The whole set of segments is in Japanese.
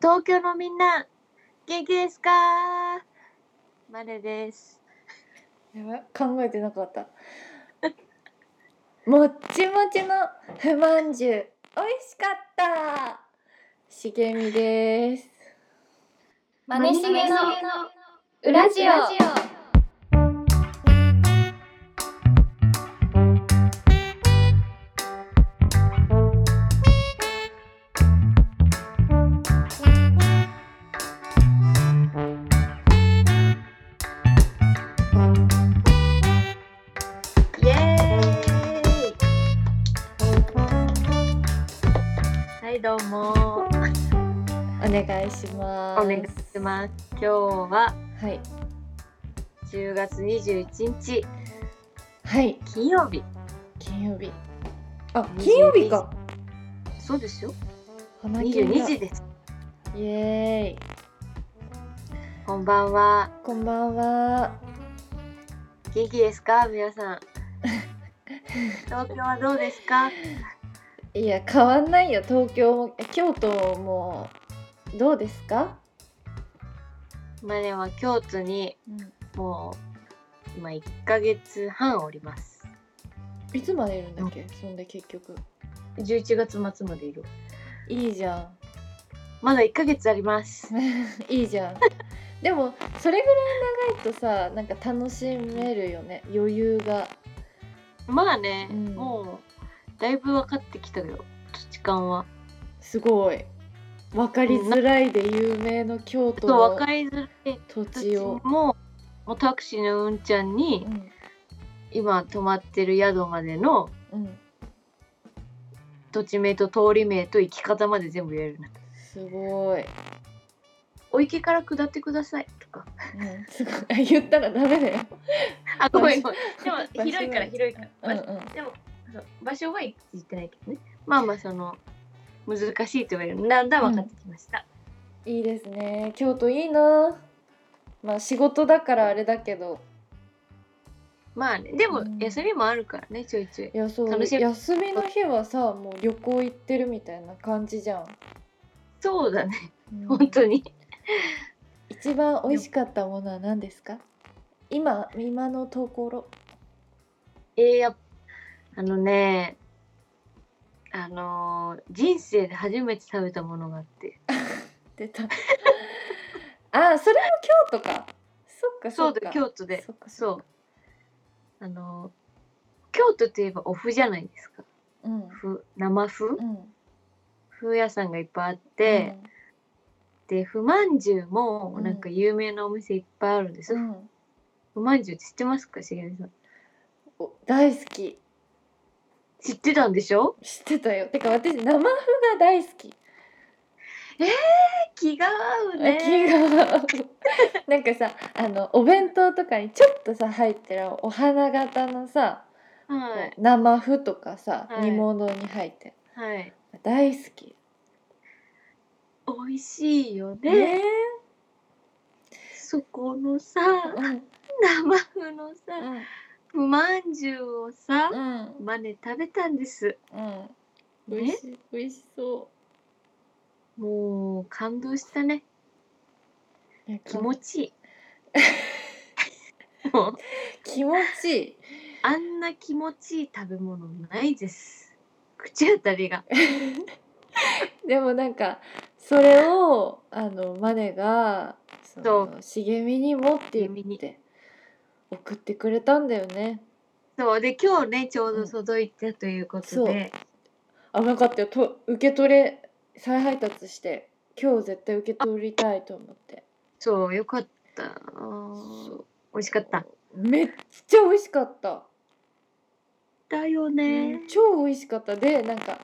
東京のみんな、元気ですかまねです。やばい考えてなかったもっちもちの不満じゅう美味しかったしげみですマネしげの裏ジオ。イエーイはい、どうも。お願いしますお願いします。今日はすはい10月21日、はい金曜日。金曜日あ22金曜日かそうですよ。花金22だ時です。イエーイこんばんは。こんばんは元気ですか皆さ ん。東京はどうですかいや変わんないよ東京も京都もどうですか、マネは京都にもう今1ヶ月半おります。いつまでいるんだっけ、そんで結局11月末までいる。いいじゃん まだ1ヶ月あります。いいじゃんでもそれぐらい長いとさなんか楽しめるよね余裕が まあね、うんもうだいぶ分かってきたよ土地勘は。すごい分かりづらいで有名のちょ京都っとの分かりづらい土土地地を、ももうタクシーのうんちゃんにうん今泊まってる宿までのうん、土地名と通り名と行き方まで全部言えるようになったすごい、お池から下ってくださいとか。うん、すごい あ言ったらダメだよあごめんご場めん。でも広いから広いから。うん場所でもそう場所は言ってないけどね。まあまあその難しいと言われるだんだん分かってきました。うんいいですね京都いいなまあ仕事だからあれだけどまあねでもうん休みもあるからねちょいちょいい。やそう楽しみ休みの日はさもう旅行行ってるみたいな感じじゃん、そうだね うん本当に。一番美味しかったものは何ですか今今のところえー、やっあのねあのー人生で初めて食べたものがあって出た あそれも京都かそっかそそっうだか京都でそっかそそっうかあのー京都といえばお麩じゃないですかうん麩生麩うん麩屋さんがいっぱいあって、で麩まんじゅうもうんなんか有名なお店いっぱいあるんですうよ、ん、うん麩まんじゅうって知ってますかしげみさんお大好き知ってたんでしょ知ってたよてか私生麩が大好き、気が合うあ気ねが なんかさあのお弁当とかにちょっとさ入ってるお花形のさ、はい生麩とかさ、はい煮物に入ってはい大好き美味しいよねねそこのさうん生麩のさ、うん不満じゅうをさ、うん真似食べたんです。うん。ね美味しい美味しそもう感動したね。う。なんか気持ちいい。もう気持ちいい。あんな気持ちいい食べ物ないです。口当たりが。でもなんかそれをあのマネがそその茂みにもっ茂てみ言っにて送ってくれたんだよね。そうで今日ねちょうど届いたということで、あなかったよと受け取れ再配達して今日絶対受け取りたいと思って。そうよかった。そう美味しかった。。めっちゃ美味しかった。だよね。超美味しかったでなんか、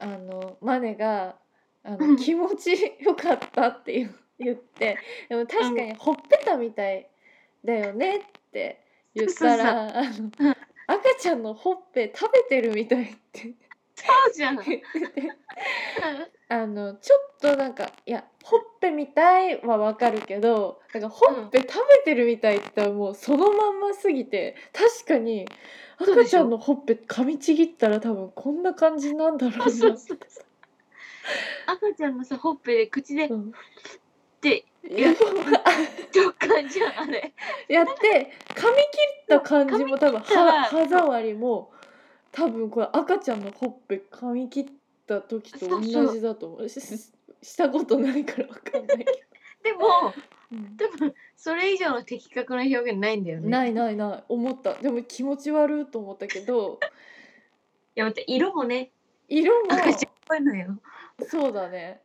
うんあのマネがあうのん気持ちよかったって言う言ってでも確かにほっぺたみたいだよねって言ったらあの赤ちゃんのほっぺ食べてるみたいってそうじゃん。言っててあのちょっとなんかいやほっぺみたいはわかるけどだからほっぺ食べてるみたいってもうそのまんますぎて確かにそうで赤しちょゃんのほっぺ噛みちぎったら多分こんな感じなんだろうなそうそうそうそう。赤ちゃんのさほっぺで口でっうんて やっどっかんじゃんあれやって噛み切った感じも多分たらは歯触りも多分これ赤ちゃんのほっぺ噛み切った時と同じだと思うしししたことないからわかんないけど、でもうん多分それ以上の的確な表現ないんだよねないないない思ったでも気持ち悪いと思った けどやめて色もね色も赤ちゃんっぽいのよそうだね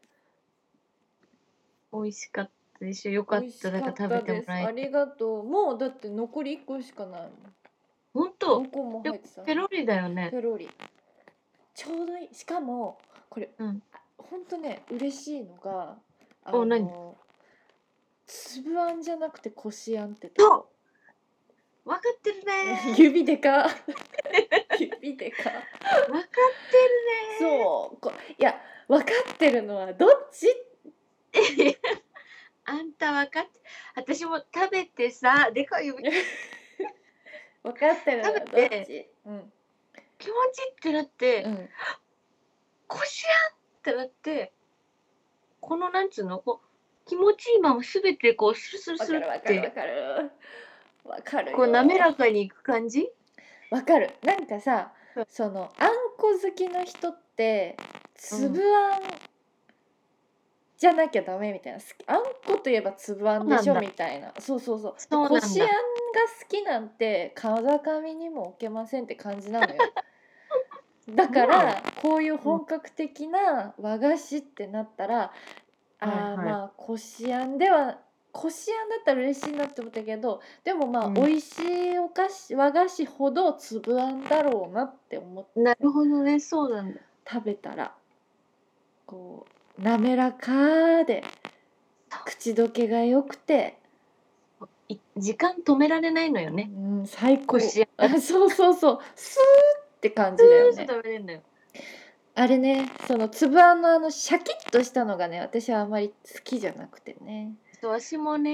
美味しかったでしょよかっ美味しただから食べてもらかったですあえてりがとうもうだって残り1個しかない本当5個も入ってたペロリだよねペロリちょうどいいしかもこれ、うんほんとね嬉しいのがあお何粒あんじゃなくてこしあんってとそこう分かってるね 指でか 指でか分かってるねそうこいや分かってるのはどっちあんた分かって私も食べてさで かい指分かってるのはどっ食べちうん気持ちってなって、うんこしあんってなってこのなんつうのこう気持ちいいまま全てこうスルスル分スかルる分っかるて分かる分かるよこう滑らかにいく感じわかるなんかさ、うんそのあんこ好きの人って粒あんじゃなきゃダメみたいな、好きあんこといえば粒あんでしそうょなんだみたいなそうそうそうそうなんこだしあんが好きなんて風上にも置けませんって感じな のよだからこういう本格的な和菓子ってなったら、ああはいはいまあこしあんではこしあんだったら嬉しいなって思ったけどでもまあ、うん美味しいお菓子和菓子ほど粒あんだろうなって思ってなるほどねそうなんだ食べたらこう滑らかで口どけが良くて、い時間止められないのよねうん、最高こしあんあそうそうそうスーって感じずだよーっねと食べれるんだよあれねその粒あんのあのシャキッとしたのがね私はあんまり好きじゃなくてねそう私もねう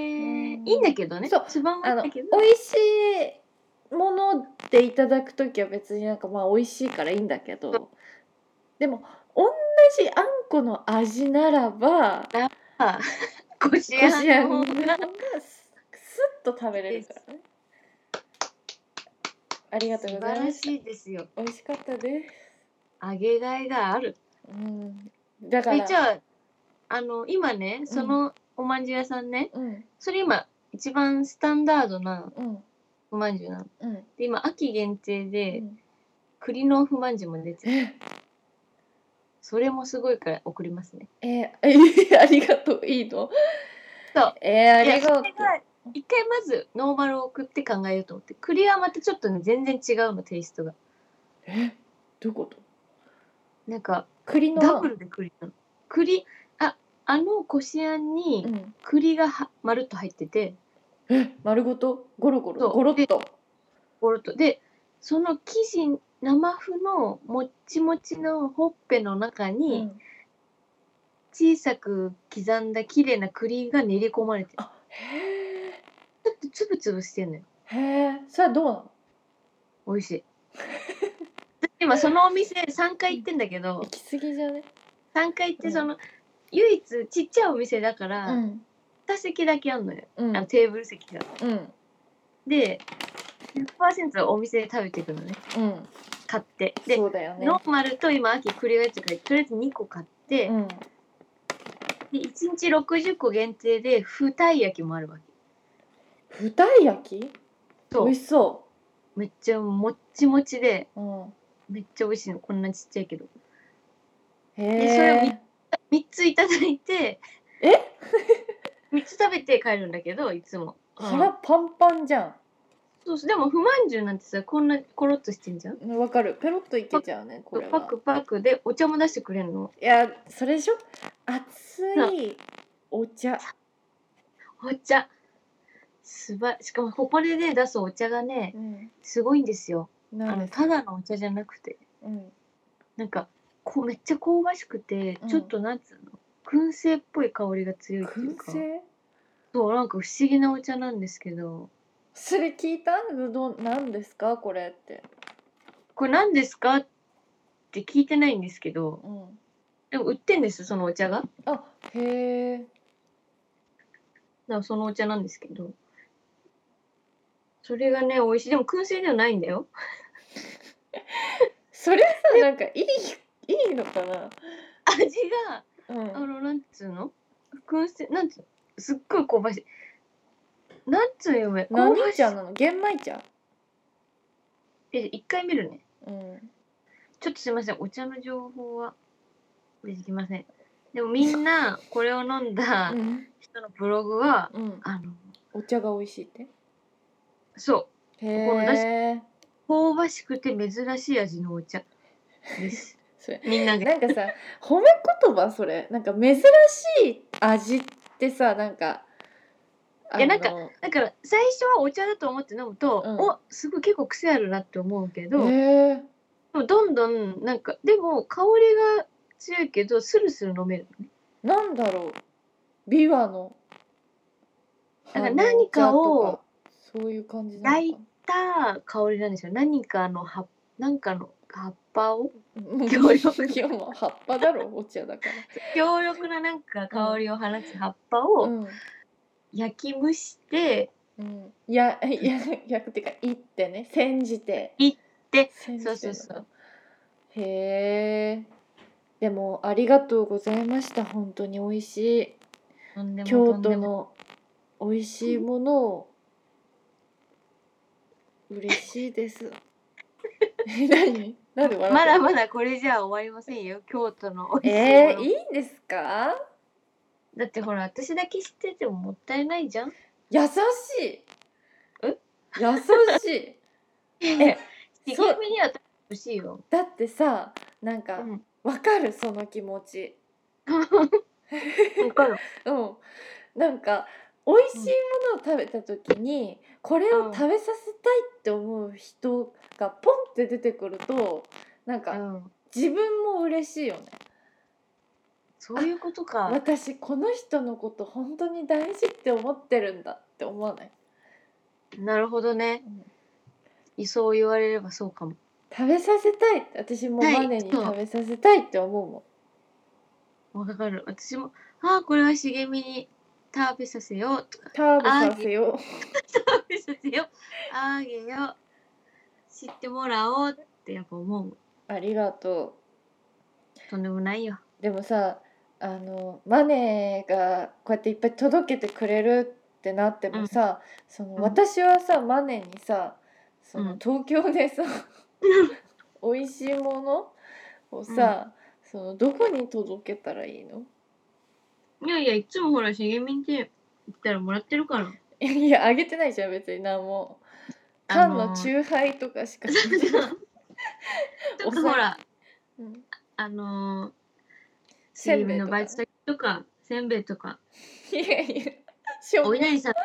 んいいんだけどねそう一番はいいあんのだ美けど味しいものでいただく時は別になんかまあ美味しいからいいんだけどでも同じあんこの味ならば こしこあしあんんのの方がススッと食べれるからねありがとう素晴ございまらすしいですよ美味しかったです揚げがいがあるうんだかえらじゃああの今ねそのおまんじゅう屋さんね、うんそれ今一番スタンダードなうん不まんじゅうなのうんで今秋限定うでん栗の不まんじゅうも出てるえそれもすごいから送りますねえーありがとういいのそうえーありがとういやそれが一回まずノーマルを送って考えようと思って栗はまたちょっとね全然違うのテイストがえどういうことなんか栗のダブルで栗なの栗ああのこしあんにうん栗がはまるっと入っててえ丸ごとゴロゴそロうゴロっとボロッとでその生地生麩のもっちもちのほっぺの中うにん小さく刻んだ綺麗な栗が練り込まれてるあへちょっとつぶつぶしてんのよえへえそれはどうなの美味し い今そのお店3回行ってんだけど行き過ぎじゃね3回行っうてんその、唯一ちっちゃいお店だから、ん2席だけあんのよ、うんあのテーブル席がうんで100%お店で食べていくのねうん買ってで、そうだよねノーマルと今秋栗がやってるからとりあえず2個買って、うんで1日60個限定で二重焼きもあるわけ二重焼きそう美味しそめっちゃもっちもちでううんめっちゃ美味しいのこんなちっちゃいけどへそれを見3えついただいて え3つ食べて帰るんだけどいつも腹パンパンじゃそうそうでも不満じゅうなんてさこんなコロッとしてんじゃんんわかるペロッといけちゃうねこれパはクパクでお茶も出してくれるのいやそれでしょ熱いお茶お茶すばしかもここでね出すお茶がねうんすごいんですよあなんのですただのお茶じゃなくてうんなんかこうめっちゃ香ばしくて、うんちょっとなんつうの燻製っぽい香りが強いっていう燻か製そうなんか不思議なお茶なんですけどそれ聞いたどうなんですかこれってこれ何ですかって聞いてないんですけどうんでも売ってんですそのお茶がだかあへえらそのお茶なんですけどそれがね美味しいでも燻製ではないんだよそれさなんかいいいいのかな味がうんあのなんつうの燻製なんつうすっごい香ばしいなんつうよめ香ば何しい茶なの玄米茶え一回見るねうんちょっとすいませんお茶の情報はできませんでもみんなこれを飲んだうん、人のブログはうん、あのお茶が美味しいってそうへこのだしえ香ばしくて珍しい味のお茶です。それみんながなんかさ 褒め言葉それなんか珍しい味ってさなんかいやなんかかだから最初はお茶だと思って飲むと、うんおすごい結構癖あるなって思うけど、でへえもどんどんなんかでも香りが強いけどスルスル飲めるのね。なんだろうビワのなんかあの何かをお茶とかそういう感じなのかた香りなんですよ。何かの葉なんかの葉っぱをな強力いやもう葉っぱだろお茶だか強力ななんか香りを放つ葉っぱらをうん、焼き蒸して、うん、いやいや逆っていうか「い」ってね煎じて煎って煎そうじてそうそるのうかへえでもありがとうございました本当に美味しいとんでも京とん都でもの美味しいものを嬉しいです え何なんで笑ってるまだまだこれじゃ終わりませんよ京都の美味しいものえー、いいんですかだってほら私だけ知っててももったいないじゃん優しいえ優し いえそう逆には欲しいよ、だってさなんかうん、わかるその気持ち分かるうんなんか美味しいものを食べた時に、これうをん食べさせたいって思う人がポンって出てくるとなんうかん自分も嬉しいよねそういうことか私この人のこと本当に大事って思ってるんだって思わないなるほどねうん、いそう言われればそうかも食べさせたいって私もはいマネにそう食べさせたいって思うもんわかる私もああこれは茂みに食べさせようとか食べさせよう食べさせようあげよう知ってもらおうってやっぱ思うありがととんでもないようでもさあのマネがこうやっていっぱい届けてくれるってなってもさ、そのうん私はさマネにさそうのん東京でさ、 美味しいものをさ、そのどこに届けたらいいの いやいやいつもほら茂みって行ったらもらってる からいやあげてないじゃん別に何もあ缶のーの酎ハイとかし かちょっとほらうんあのー、せんべいのとバかイト先とかせんべいとかいやいやしょお稲荷さんとか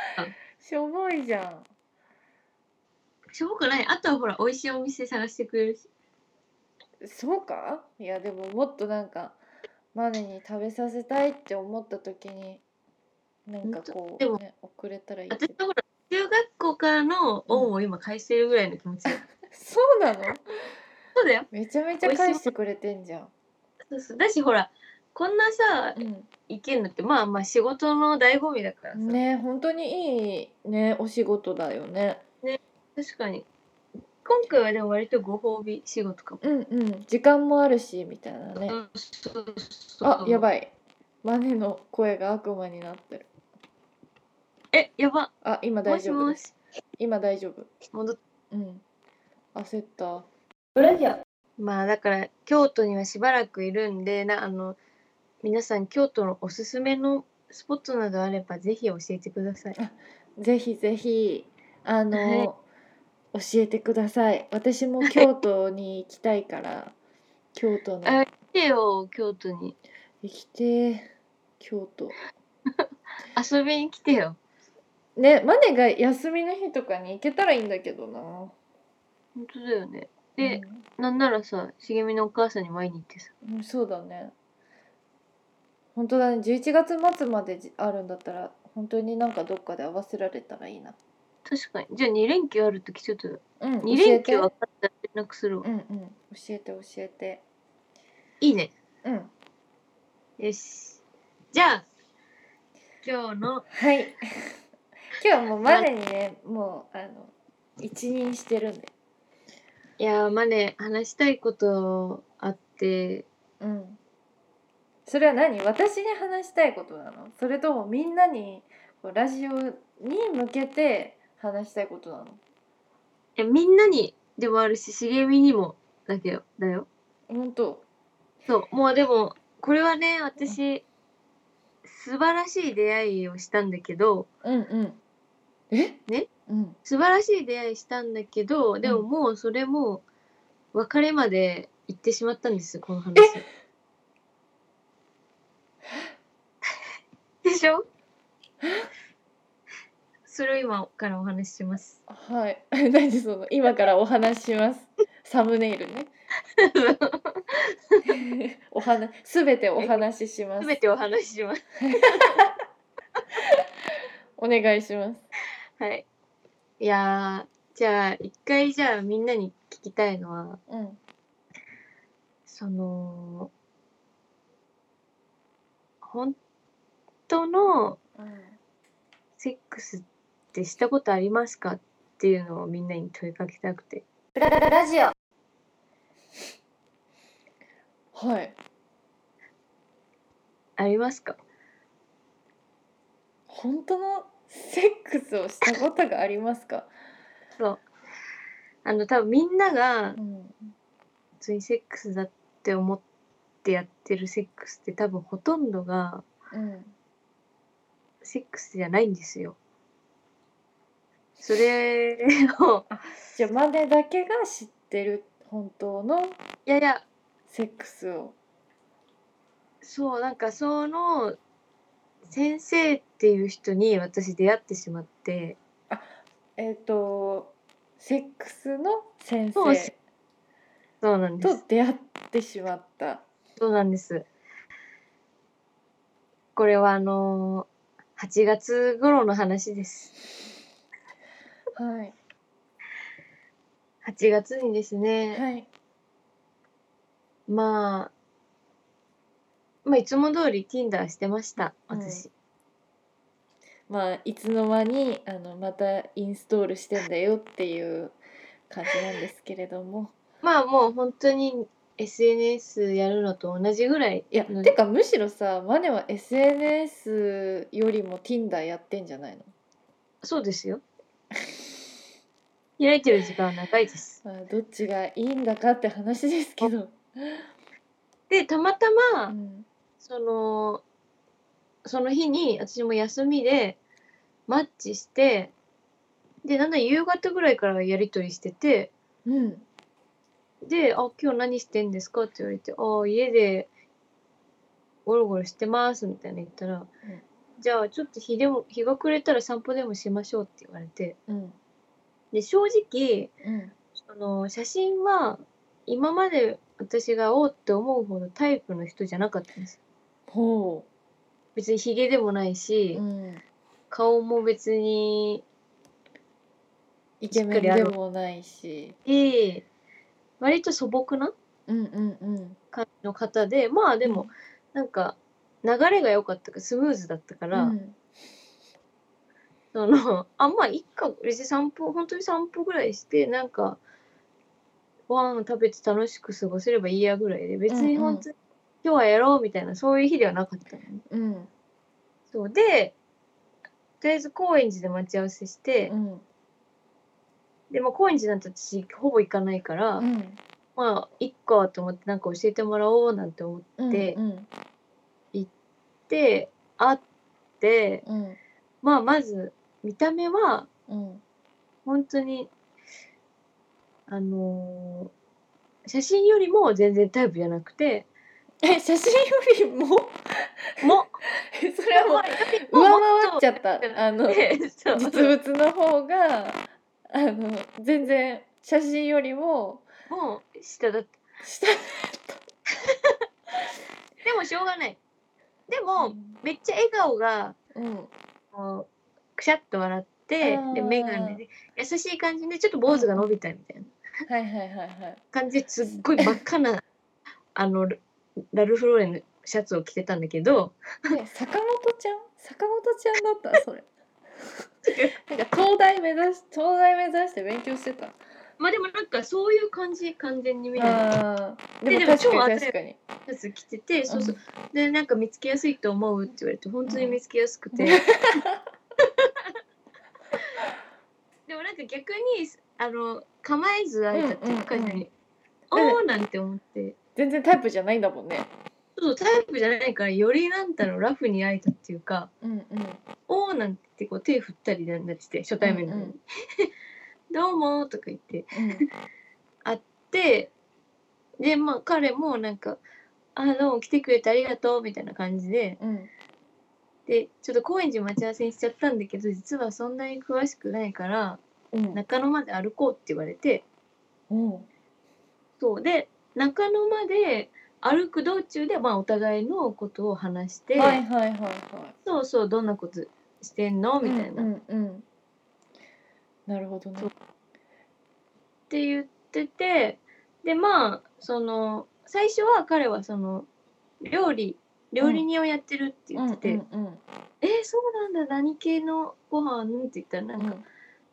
しょぼいじゃんしょぼくないあとはほら美味しいお店探してくれるしそうかいやでももっとなんかマネに食べさせたいって思った時になんかこでもう、ね、遅れたらいいけ私どはほら中学校からの恩を今返してるぐらいの気持ち、そうなの そうだよめちゃめちゃ返してくれてんじゃんそうそうだしほらこんなさう意見のってまあまあ仕事の醍醐味だからさ、んね本当にいいねお仕事だよね確かに今回はでも割とご褒美仕事かも、うんうん時間もあるしみたいなね、うん、そうそうあやいばいマネの声が悪魔になってるえやばあ今も大し丈夫もですし今大丈夫戻っうん焦ったまあだから京都にはしばらくいるんでなあの皆さん京都のおすすめのスポットなどあればぜひ教えてください。ぜひぜひあの、はい教えてください私も京都に行きた いから京都のはい来てよ京都に行きてー京都遊びに来てよ。ねマネが休みの日とかに行けたらいいんだけどな本当だよね。で、なんならさ茂みのお母さんに会いに行ってさ。うん、うんそうだね本当だね11月末までじあるんだったら本当になんかどっかで合わせられたらいいな確かにじゃあ2連休あるときちょっとうん2連休分教えてかったら連絡するわう。んうん教えて教えていいね。うんよし。じゃあ、今日の、はい。今日はもうマネにね、もうあの一任してるんで。いやー、まね、話したいことあって、うん。それは何？私に話したいことなの？それともみんなにこうラジオに向けて話したいことなの？いやみんなにでもあるし、茂みにもだけど、だよ。本当。そう、もうでも、これはね、私、素晴らしい出会いをしたんだけど、うんうん。え？ね？うん。素晴らしい出会いしたんだけど、でもうんもうそれも、別れまで行ってしまったんです、この話。 でしょそれを今からお話しし ます。はい。 何その今からお話しします。サムネイルね。 お話すべてお話ししますす。べてお話しします。お願いします。はい。いやー、じゃあ、一回じゃあみんなに聞きたいのは、うん。その、本当のセックスってしたことありますかっていうのをみんなに問いかけたくて。ラララジオはい。ありますか本当のセックスをしたことがありますか。そう。あの、多分みんながうん。普通にセックスだって思ってやってるセックスって多分ほとんどがうん。セックスじゃないんですよ。それを、じゃあマネだけが知ってる本当 のいやいや、セックスを。そう、なんかその、先生っていう人に私出会ってしまって、えっ、とセックスの先そう生そうなんでとす。出会ってしまった。そうなんです。これはあのー、8月頃の話です。はい。 8月にですね、はい。まあ、まあ、いつも通り Tinder してました、私。まあいつの間にあのまたインストールしてんだよっていう感じなんですけれどもまあ、もう本当に SNS やるのと同じぐらい。いや、うんてかむしろさマネは SNS よりも Tinder やってんじゃないのそうですよ。開いてる時間は長いです。まあどっちがいいんだかって話ですけど、で、たまたうま、ん、その、その日に私も休みでマッチして、で、なんだ夕方ぐらいからやりとりしてて、うん、で、あ、今日何してんですかって言われて、あ、家でゴロゴロしてますみたいな言ったら、じゃあちょっと日でも、日が暮れたら散歩でもしましょうって言われて、うん、で、正直、うん、その写真は今まで私がおうって思うほどタイプの人じゃなかったんですよ。ほ、別にヒゲでもないうし、うん、顔も別に、イケメンでもないし、ええ割と素朴なうんうんうん、感じの方で、まあでも、なんか、流れが良かったから、スムーズだったかうら、ん、そのあんまあいっか別に散歩本当に散歩ぐらいしてなんかご飯食べて楽しく過ごせればいいやぐらいで別に本当に今日はやろうみたいなそういう日ではなかったのね、うん、そうでとりあえず高円寺で待ち合わせしてう、ん、でも高円寺なんて私ほぼ行かないから、うん、まあいっかと思ってなんか教えてもらおうなんて思っうん、でうん、て会ってうん、まあまず見た目はうん、本当にあのー写真よりも全然タイプじゃなくてえ、写真よりも、 もえそれはもうも上回っちゃったもっ、とあの そう実物の方が、あの全然写真よりももう下だった下、でもしょうがないでうもんめっちゃ笑顔がうん、もうくしゃっと笑ってあーで眼鏡で優しい感じでちょっと坊主が伸びたみたいな はいはいはいはい。感じですっごい真っ赤なあのラルフローレンのシャツを着てたんだけ どね坂本ちゃん坂本ちゃんだったそれなんか東大目指し東大目指して勉強してたまあでもなんかそういう感じ完全に見えないあーででもでも確か超鮮やにか確かにシャツ着ててそうそうでなんか見つけやすいと思うって言われて本当に見つけやすく て、うんでもなんか逆にあの構えず挨拶とかに、うんうんうんおおーなんて思って全然タイプじゃないんだもんねちょっとタイプじゃないからよりなんだろうラフに会えたっていうかうんうんおおなんてこう手振ったりなんだって初対面なのに、うんうん どうもーとか言ってうんででまあ彼もなんか「あどうも来てくれてありがとう」みたいな感じでうんでちょっと高円寺待ち合わせにしちゃったんだけど実はそんなに詳しくないからうん中野まで歩こうって言われてうんそうで中野まで歩く道中で、まあ、お互いのことを話して、はいはいはいはいそうそうどんなことしてんのみたいな、うっんうんうんなるほどねそうて言っててでまあその最初は彼はその料理料理人をやってるって言ってて、うんうんえー、そうなんだ何系のご飯って言ったらなうんんうかん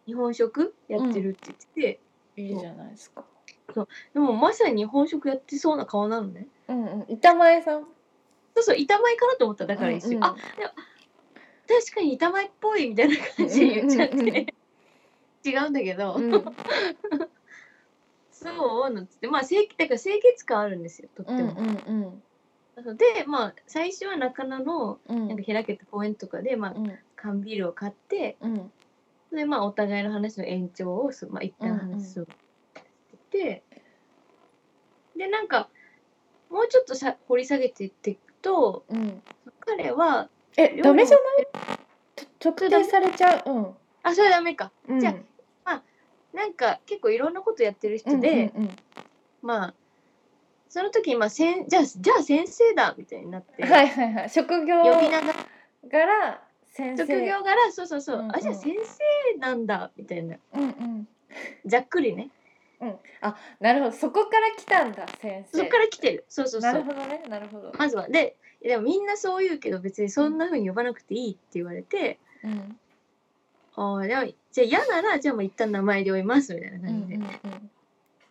日本食やってるって言ってて、いいじゃないですかでもまさに日本食やってそうな顔なのねうんうん板前さんそうそう板前かなと思っただから一瞬、うんうんあ確かに板前っぽいみたいな感じで言っちゃって、うんうんうん違うんだけど、うんそうなんつってまあ清だから清潔感あるんですよとってうんも、うんでまあ最初は中野のうんうんなんか開けた公園とかで、まあ、うん缶ビールを買ってうんでまあお互いの話の延長をす、まあ、一旦話をしてて、でなんかもうちょっとさ掘り下げていっていくとうん彼はえダメじゃないと特定されちゃうあそれはダメかうんうんじゃあなんか結構いろんなことやってる人で、うんうんまあその時にまあせんじゃあじゃあ先生だみたいになって、うんはいはいはい職業呼び名が柄先生職業柄そうそうそう、うんうんあじゃあ先生なんだみたいなうんうんざっくりねうんあなるほどそこから来たんだ先生そこから来てるそうそうそなるうほどねなるほどまずはででもみんなそう言うけど別にそんな風に呼ばなくていいって言われて、うんああ、でも、じゃあ嫌なら、じゃあもう一旦名前で呼びますみたいなうんうん感じで。うん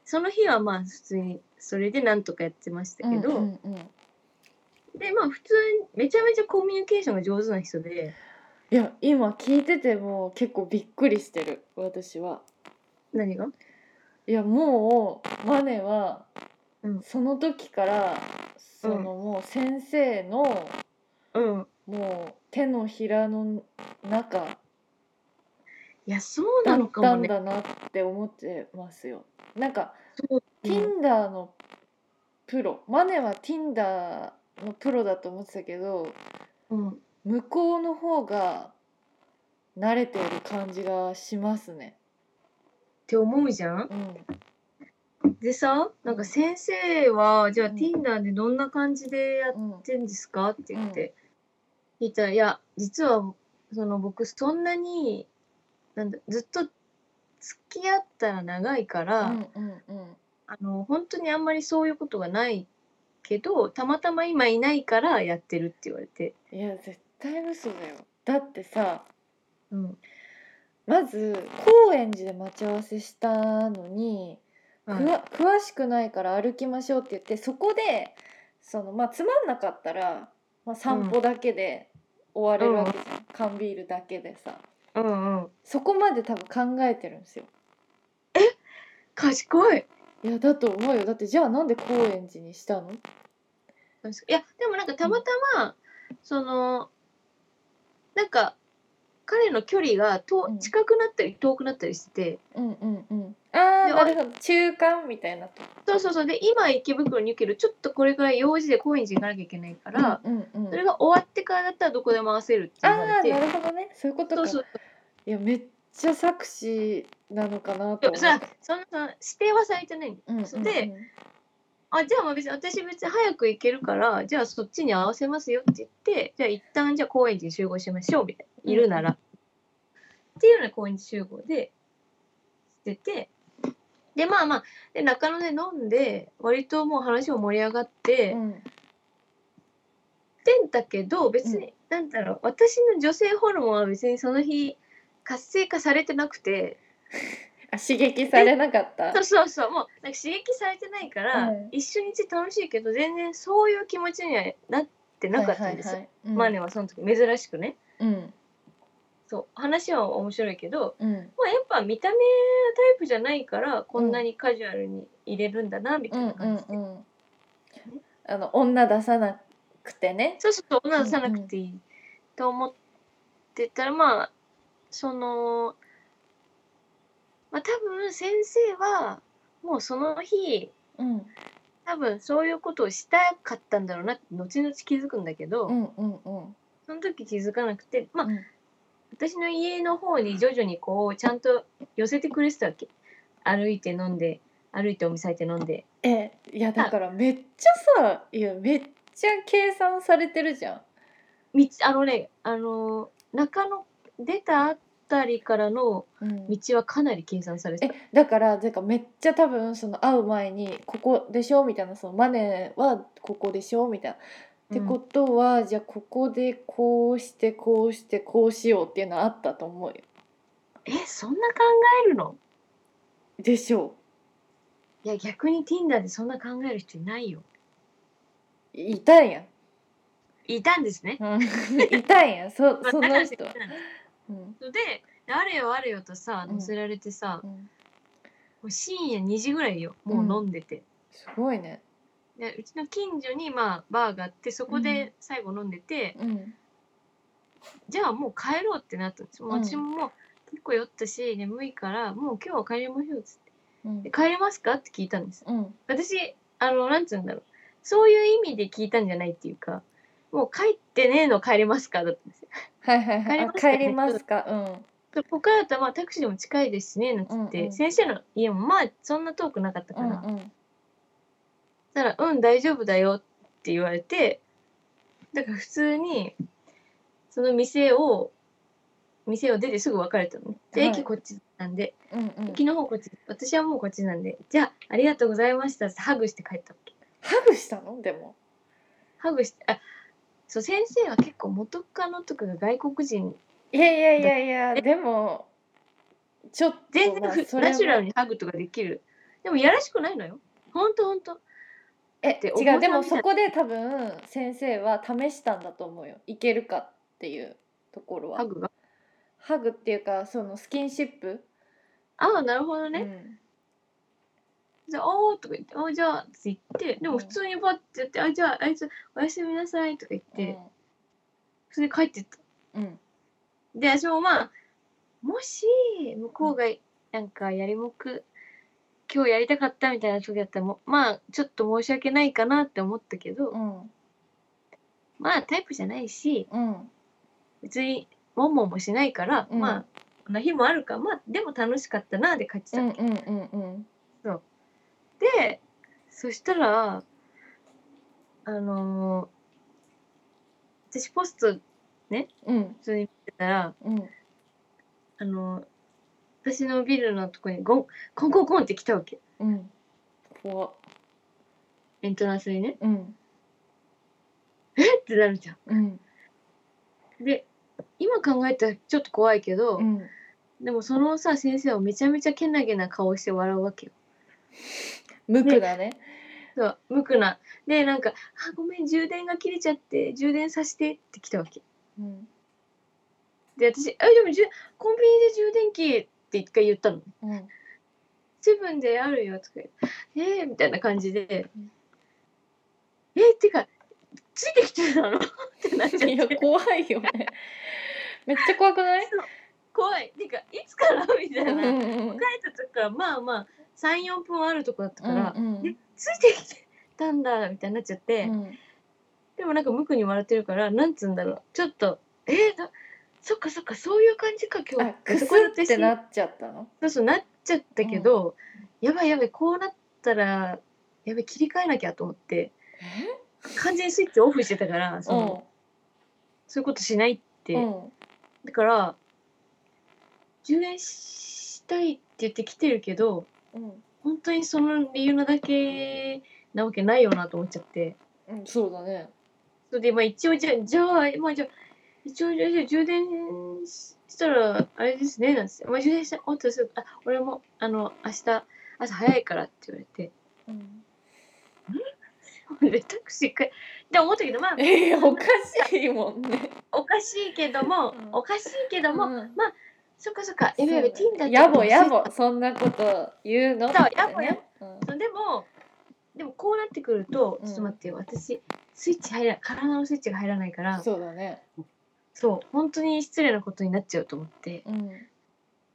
その日はまあ普通に、それでなんとかやってましたけど、うんうんうんで、まあ普通に、めちゃめちゃコミュニケーションが上手な人で、いや今聞いてても結構びっくりしてる私は何がいやもうマネは、うんその時からそのもう先生の、うん。もう手のひらの中いや、そうだなっのかたもんね。だなって思ってますよ。なんか、そう Tinder のプロマネは Tinder のプロだと思ってたけどうん。向こうの方が慣れている感じがしますね。って思うじゃんうんでさ、なんか先生は、じゃあうん Tinder でどんな感じでやっうんてんですかって言って、聞いたら、いや、実は、その僕そんなに、なんだ、ずっと付き合ったら長いから、うんうんうんあの本当にあんまりそういうことがないけどたまたま今いないからやってるって言われて、いや絶対嘘だよだってさうんまず高円寺で待ち合わせしたのに、はいくわ詳しくないから歩きましょうって言ってそこでその、まあ、つまんなかったら、まあ、散歩だけで終われるわけじゃん、缶ビールだけでさうんうん、そこまで多分考えてるんですよ。賢いいやだと思うよだってじゃあなんで高円寺にしたの確かいやでもなんかたまたま、そのなんか彼の距離がとうん近くなったり遠くなったりしてて、うんうんうんああでなるほど中間みたいなとそうそうそうで今池袋にいるけどちょっとこれぐらい用事で高円寺に行かなきゃいけないから、うんうんうんそれが終わってからだったらどこでも合わせるってあ言わあれーなてるほどねそういうことそかうそういやめっちゃ作詞なのかなでとも思っさて。そんなその指定はされてないんで、うんうんうんであじゃあまあ別に私別に早く行けるからじゃあそっちに合わせますよって言ってじゃあ一旦じゃあ高円寺に集合しましょうみたいなうんいるなら、っていうので高円寺集合でしててでまあまあで中野で飲んで割ともう話も盛り上がって、うんってんだけど別に、なんだろう私の女性ホルモンは別にその日活性化されてなくてあ刺激されなかったそうそうそうもうなんか刺激されてないから、うん一緒にいて楽しいけど全然そういう気持ちにはなってなかったんですよ、はいはいはいうんマネはその時珍しくねうんそう話は面白いけど、うんまあ、やっぱ見た目がタイプじゃないからこんなにカジュアルに入れるんだなみたういんなう感んじで、うんあの女出さなくてねそうそうそう女出さなくていいと思ってたら、まあそのまあ多分先生はもうその日うん多分そういうことをしたかったんだろうなって後々気づくんだけど、うんうんうんその時気づかなくてまあ、うん私の家の方に徐々にこうちゃんと寄せてくれてたわけ歩いて飲んで歩いてお店入って飲んでえいやだからめっちゃさいやめっちゃ計算されてるじゃん道あのねあの中野出たあたりからのうん道はかなり計算されてえただからてかめっちゃ多分その会う前に「ここでしょ」みたいな「そのマネはここでしょ」みたいな。ってことは、じゃあここでこうしてこうしてこうしようっていうのはあったと思うよ。えそんな考えるのでしょいや逆に Tinder でそんな考える人いないよういたんやん。いたんですねうんいたん やんそまあそだかのら人。うんであれよあれよとさうん乗せられてさ、うん、もう深夜2時ぐらいよもう飲んでて、すごいね。でうちの近所にまあバーがあってそこで最後飲んでて、うんじゃあもう帰ろうってなったんですよ、もううん私ももう結構酔ったし眠いからもう今日は帰りましょうっつってうんで帰れますかって聞いたんですうん私あのなんつうんだろうそういう意味で聞いたんじゃないっていうかもう帰ってねえの帰れますかだったんですよ。はいはいはいあ帰帰りりまますすかでここからだったらまあタクシーでも近いですしねなんつって、うんうん先生の家もまあそんな遠くなかったかうら、んうそんしうんたら「うん大丈夫だよ」って言われてだから普通にその店を店を出てすぐ別れたのね。ではい駅こっちなんで、うんうん駅の方こっち私はもうこっちなんでじゃあありがとうございましたってハグして帰ったわけ。ハグしたのでも。ハグしてあそう先生は結構元カノとかが外国人いやいやいやいやでもちょっと全然まあふ、それはナチュラルにハグとかできるでもやらしくないのよほんとほんとえてお子さん違うでみもたいそこで多分先生は試したんだと思うよいけるかっていうところはハハググがっていうかそのスキンシップああなるほどね、じゃあ「おー」とか言って「あじゃあ」って言ってでもうん普通にバッて言って「あじゃああいつおやすみなさい」とか言っうんて、それで帰ってったうんうんで私もまあもし向こうがなんかやりもく今日やりたかったみたいな時だったらもうまあちょっと申し訳ないかなって思ったけど、うんまあタイプじゃないし、うん別にもんもんもしないから、うんまあこの日もあるからまあでも楽しかったなで帰ってうた、んうんうんうんでそしたらあのー私ポスト普うん通に見てたらうんあのー私のビルのとこにゴンコンコンコンって来たわけうん怖っエントランスにねうんえってなるじゃうんんで今考えたらちょっと怖いけど、うんでもそのさ先生はめちゃめちゃけなげな顔して笑うわけよ無垢だねそう無垢なでなんか「あごめん充電が切れちゃって充電させて」って来たわけうんで私「あでもじゅコンビニで充電器」って一回言ったのうん「セブンであるよ」とか言って「えー」みたいな感じでうん「えー、ってかついてきてたの? 」 ってなっちゃっ いやて怖いよねめっちゃ怖くない怖いってかいつから みたういなんう帰っんうんた時からまあまあ34分はあるとこだったからう、んうえんついてきてたんだみたいになっちゃって。うんでもなんか無垢に笑ってるからなんつうんだろうちょっとえー、なそっかそっかそういう感じか今日あくそすこでっ私てなっちゃったのそうそうなっちゃったけど、やばいやばいこうなったらやばい切り替えなきゃと思ってえ完全にスイッチオフしてたからその、うそういうことしないって、んうんだから充電したいって言って来てるけどうん本当にその理由なだけなわけないよなと思っちゃってうん、そうだね。そうで、まあ一応じゃ、じゃあ、まあじゃあ、一応じゃあ、じゃあ充電したら、あれですね、なんですよ。まあ充電した、おっとすぐ、あ、俺も、あの、明日、朝早いからって言われて、うん、 俺タクシーか、って思ったけど、まあ、えー、おかしいもんね。おかしいけども、うんおかしいけども、うんそっかそっか、やべやべ、ティンダやぼやぼそんなこと言うのそうってねやぼやうんそうでもでもこうなってくると、うんちょっと待ってよ私スイッチ入らない体のスイッチが入らないからそうそうだね。本当に失礼なことになっちゃうと思ってうん、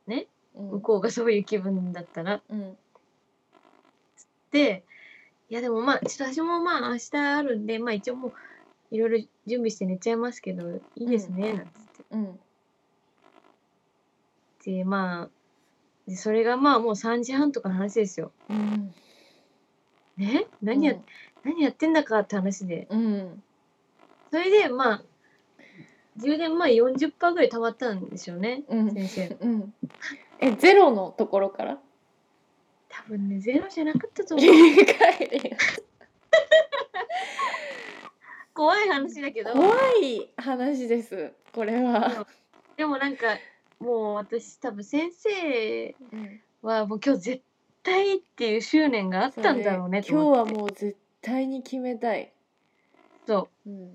ね、うん、向こうがそういう気分だったらうん、で、でいやでもまあちょっと私もまあ明日あるんでまあ一応もういろいろ準備して寝ちゃいますけどいいですね、なんつっうん、てでまあでそれがまあもう3時半とかの話ですよ。うん、ね何や、何やってんだかって話でうん、それでまあ充電まあ40%ぐらい溜まったんですよねうん、先 生うん、えゼロのところから多分ねゼロじゃなかったと帰思うれよ怖い話だけど怖い話ですこれは、でもなんかもう私多分先生うん、はもう今日絶対っていう執念があったんだろうねそれと今思日はってもう絶対に決めたい、そううん、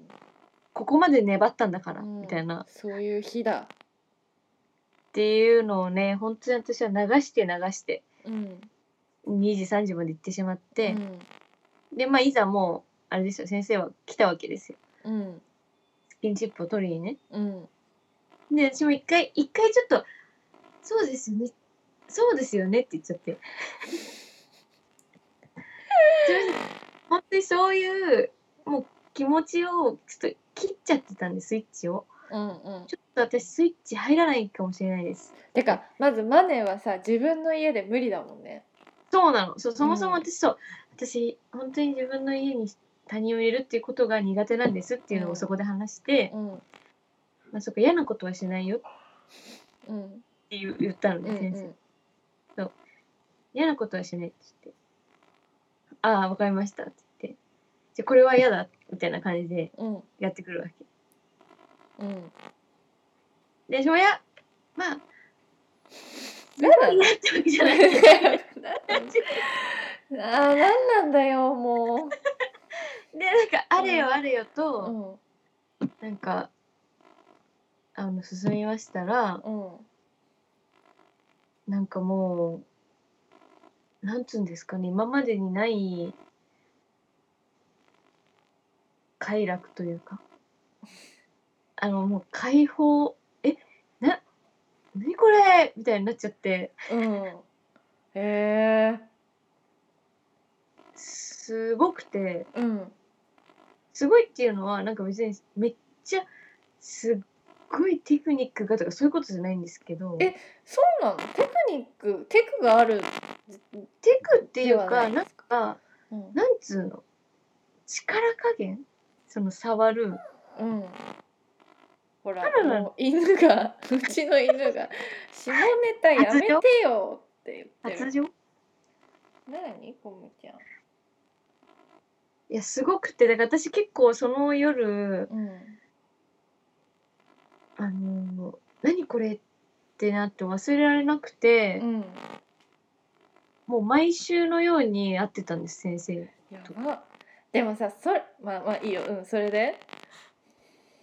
ここまで粘ったんだから、うんみたいなっそういう日だていうのをね本当に私は流して流してうん2時3時まで行ってしまってう、んでまあいざもうあれですよ先生は来たわけですようんスキンチップを取りにねうんで私も一回一回ちょっと「そうですよねそうですよね」って言っちゃって すいません本当にそういうもう気持ちをちょっと切っちゃってたんでスイッチをうんうんちょっと私スイッチ入らないかもしれないですてかまずマネはさ自分の家で無理だもんねそうなのそうそもそもうん私そう、私本当に自分の家に他人を入れるっていうことが苦手なんですっていうのうをんそこで話して、うんまあ、そっか嫌なことはしないよっうんて言う言ったのうんうで先生、ん嫌なことはしないって言って「ああわかりました」って言って「じゃあこれは嫌だ」みたいな感じでうんやってくるわけうんでしもやまあなんだ嫌ってわけじゃない あーなんなんだよもでなんか「あれうよんあれようと」うなんかあの進みましたらんうんなんかもうなんつうんですかね今までにない快楽というかあのもう解放えな何これみたいになっちゃってうんへえすごくてうんすごいっていうのはなんか別にめっちゃすっごいテクニックがとかそういうことじゃないんですけどえそうなのテクニックテクがあるテクっていうではなかいなんかうんなんつうの力加減その触る。うんほらららもう犬が うちの犬が「下ネタやめてよ」って言って発る情何こむちゃんいやすごくてだから私結構その夜うんあのー何これってなって忘れられなくて、うんもう毎週のように会ってたんです先生やばでもさそれまあまあいいようんそれで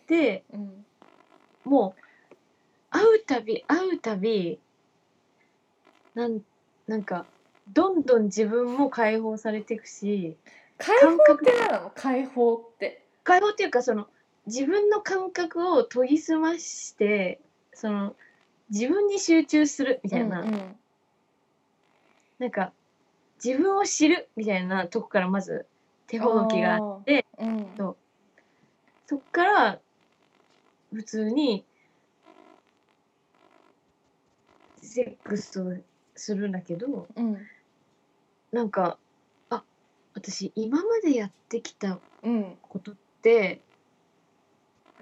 でうんもう会うたび会うたびなんなんかどんどん自分も解放されていくし解感放っ覚て何なの解放って解放っていうかその自分の感覚を研ぎ澄ましてその自分に集中するみたいな。うんうんなんか自分を知るみたいなとこからまず手ほどきがあってうそんうそっから普通にセックスをするんだけどうんなんかあ私今までやってきたうんことって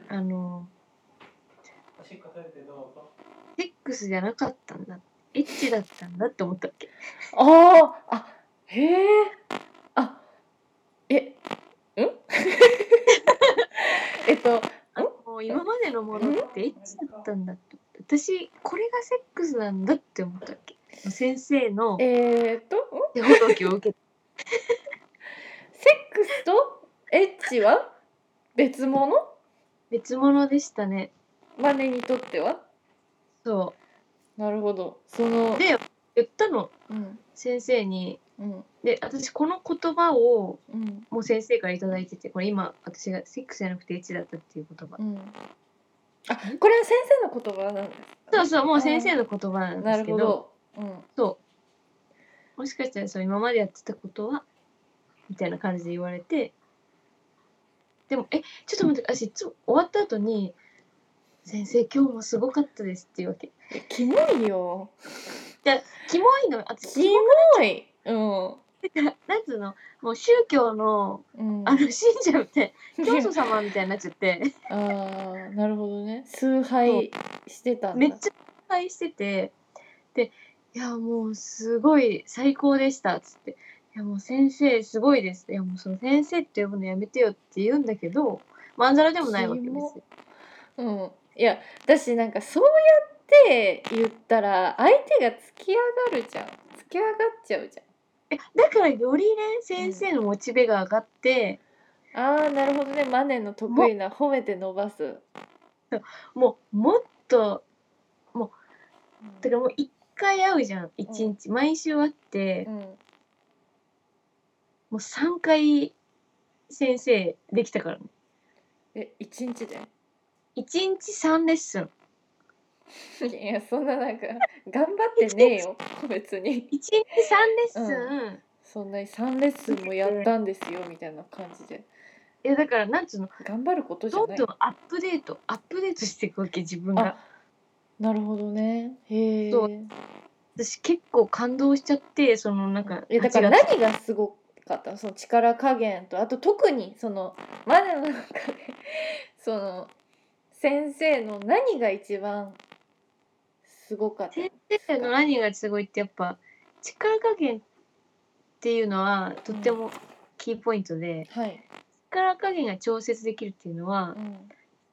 あのセックスじゃなかったんだエッチだったんだって思ったっけあーあ へえあえん前のものっていつだったんだっけ私これがセックスなんだって思ったっけ先生のえー、っとん手ほどきを受けてセックスとエッチは別物別物でしたねマネにとってはそなるほどそのうで言ったのうん先生にうんで私この言葉をうんもう先生から頂いいててこれ今私がセックスじゃなくてエッチだったっていう言葉うんあこれは先生の言葉なんですそうそうもう先生の言葉なんでなするけほどど、うん、そうもしかしたらそう今までやってたことはみたいな感じで言われてでも「えちょっと待って私いつも終わった後に「先生今日もすごかったです」っていうわけキモいよキモいの私キモいうんなんつうのもう宗教のうんあの信者みたい な教祖様みたいになっちゃって あーなるほどね崇拝してたんだめっちゃ心配しててで「いやもうすごい最高でした」っつって「いやもう先生すごいです」いやもうその先生って呼ぶのやめてよ」って言うんだけどまんざらでもないわけですよ。うんいや私なんかそうやって言ったら相手が突き上がるじゃん突き上がっちゃうじえだからよりね先生のモチベが上がって、ゃんあーなるほどねマネの得意な褒めて伸ばすもうもっとだからもう1回会うじゃん1日、毎週会って、うんもう3回先生できたからねえ一日で 1日3レッスンいやそんななんか頑張ってねえよ別に1日3レッスン、そんなに3レッスンもやったんですよみたいな感じでいやだからなんつうの頑張ることじゃどんないどんアップデートアップデートしていくわけ自分あがなるほどねへえそう私結構感動しちゃってそのなんかいやだから8月何がすごかったのその力加減とあと特にそのマネの中で その先生の何が一番すごかった先生の何がすごいってやっぱ力加減っていうのはとってもキーポイントで、はい、力加減が調節できるっていうのは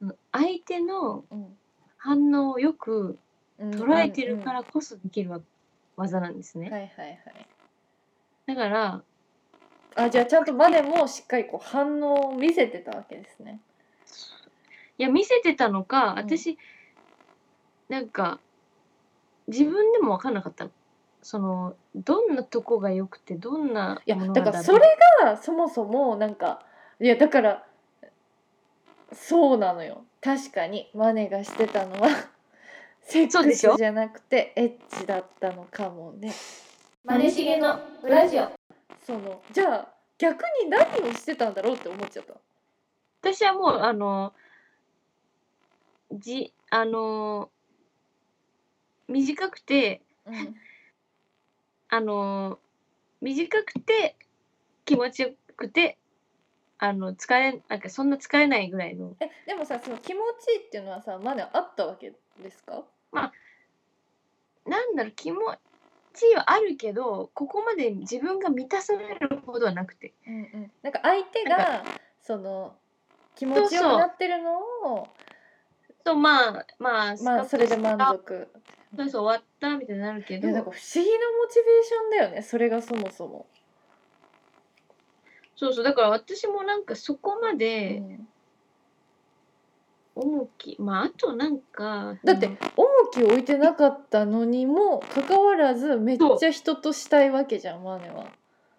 う、ん相手のうん反応をよくうん、捉えてるかうんらこそできるわ技なんですうんね。はいはいはいだからあじゃあちゃんとマネもしっかりこう反応を見せてたわけですねいや見せてたのかうん私、なんか自分でも分かんなかったのそのどんなとこが良くてどんないやものだなかんらだろそうれがそもそもなんかいやだからそうなのよ確かにマネがしてたのは セッそうクでしょスじゃなくてエッチだったのかもねマネしげのラジオ。そのじゃあ逆に何をしてたんだろうって思っちゃった私はもうあのじあの短くてうんあの短くて気持ちよくてあの疲れなんかそんな疲れないぐらいのえでもさその気持ちいいっていうのはさマネあったわけですかなんだろう気持ちはあるけどここまで自分が満たされるほどはなくてうんうん、なんか相手ながその気持ちよくなってるのをとまあまあまあそれで満あ足そうそう終わったみたいになるけいやなんどか不思議なモチベーションだよねそれがそもそも、そうそうだから私もなんかそこまでうん重き、まああとなんかだって重きを置いてなかったのにもかかわらずめっちゃ人としたいわけじゃんマネは。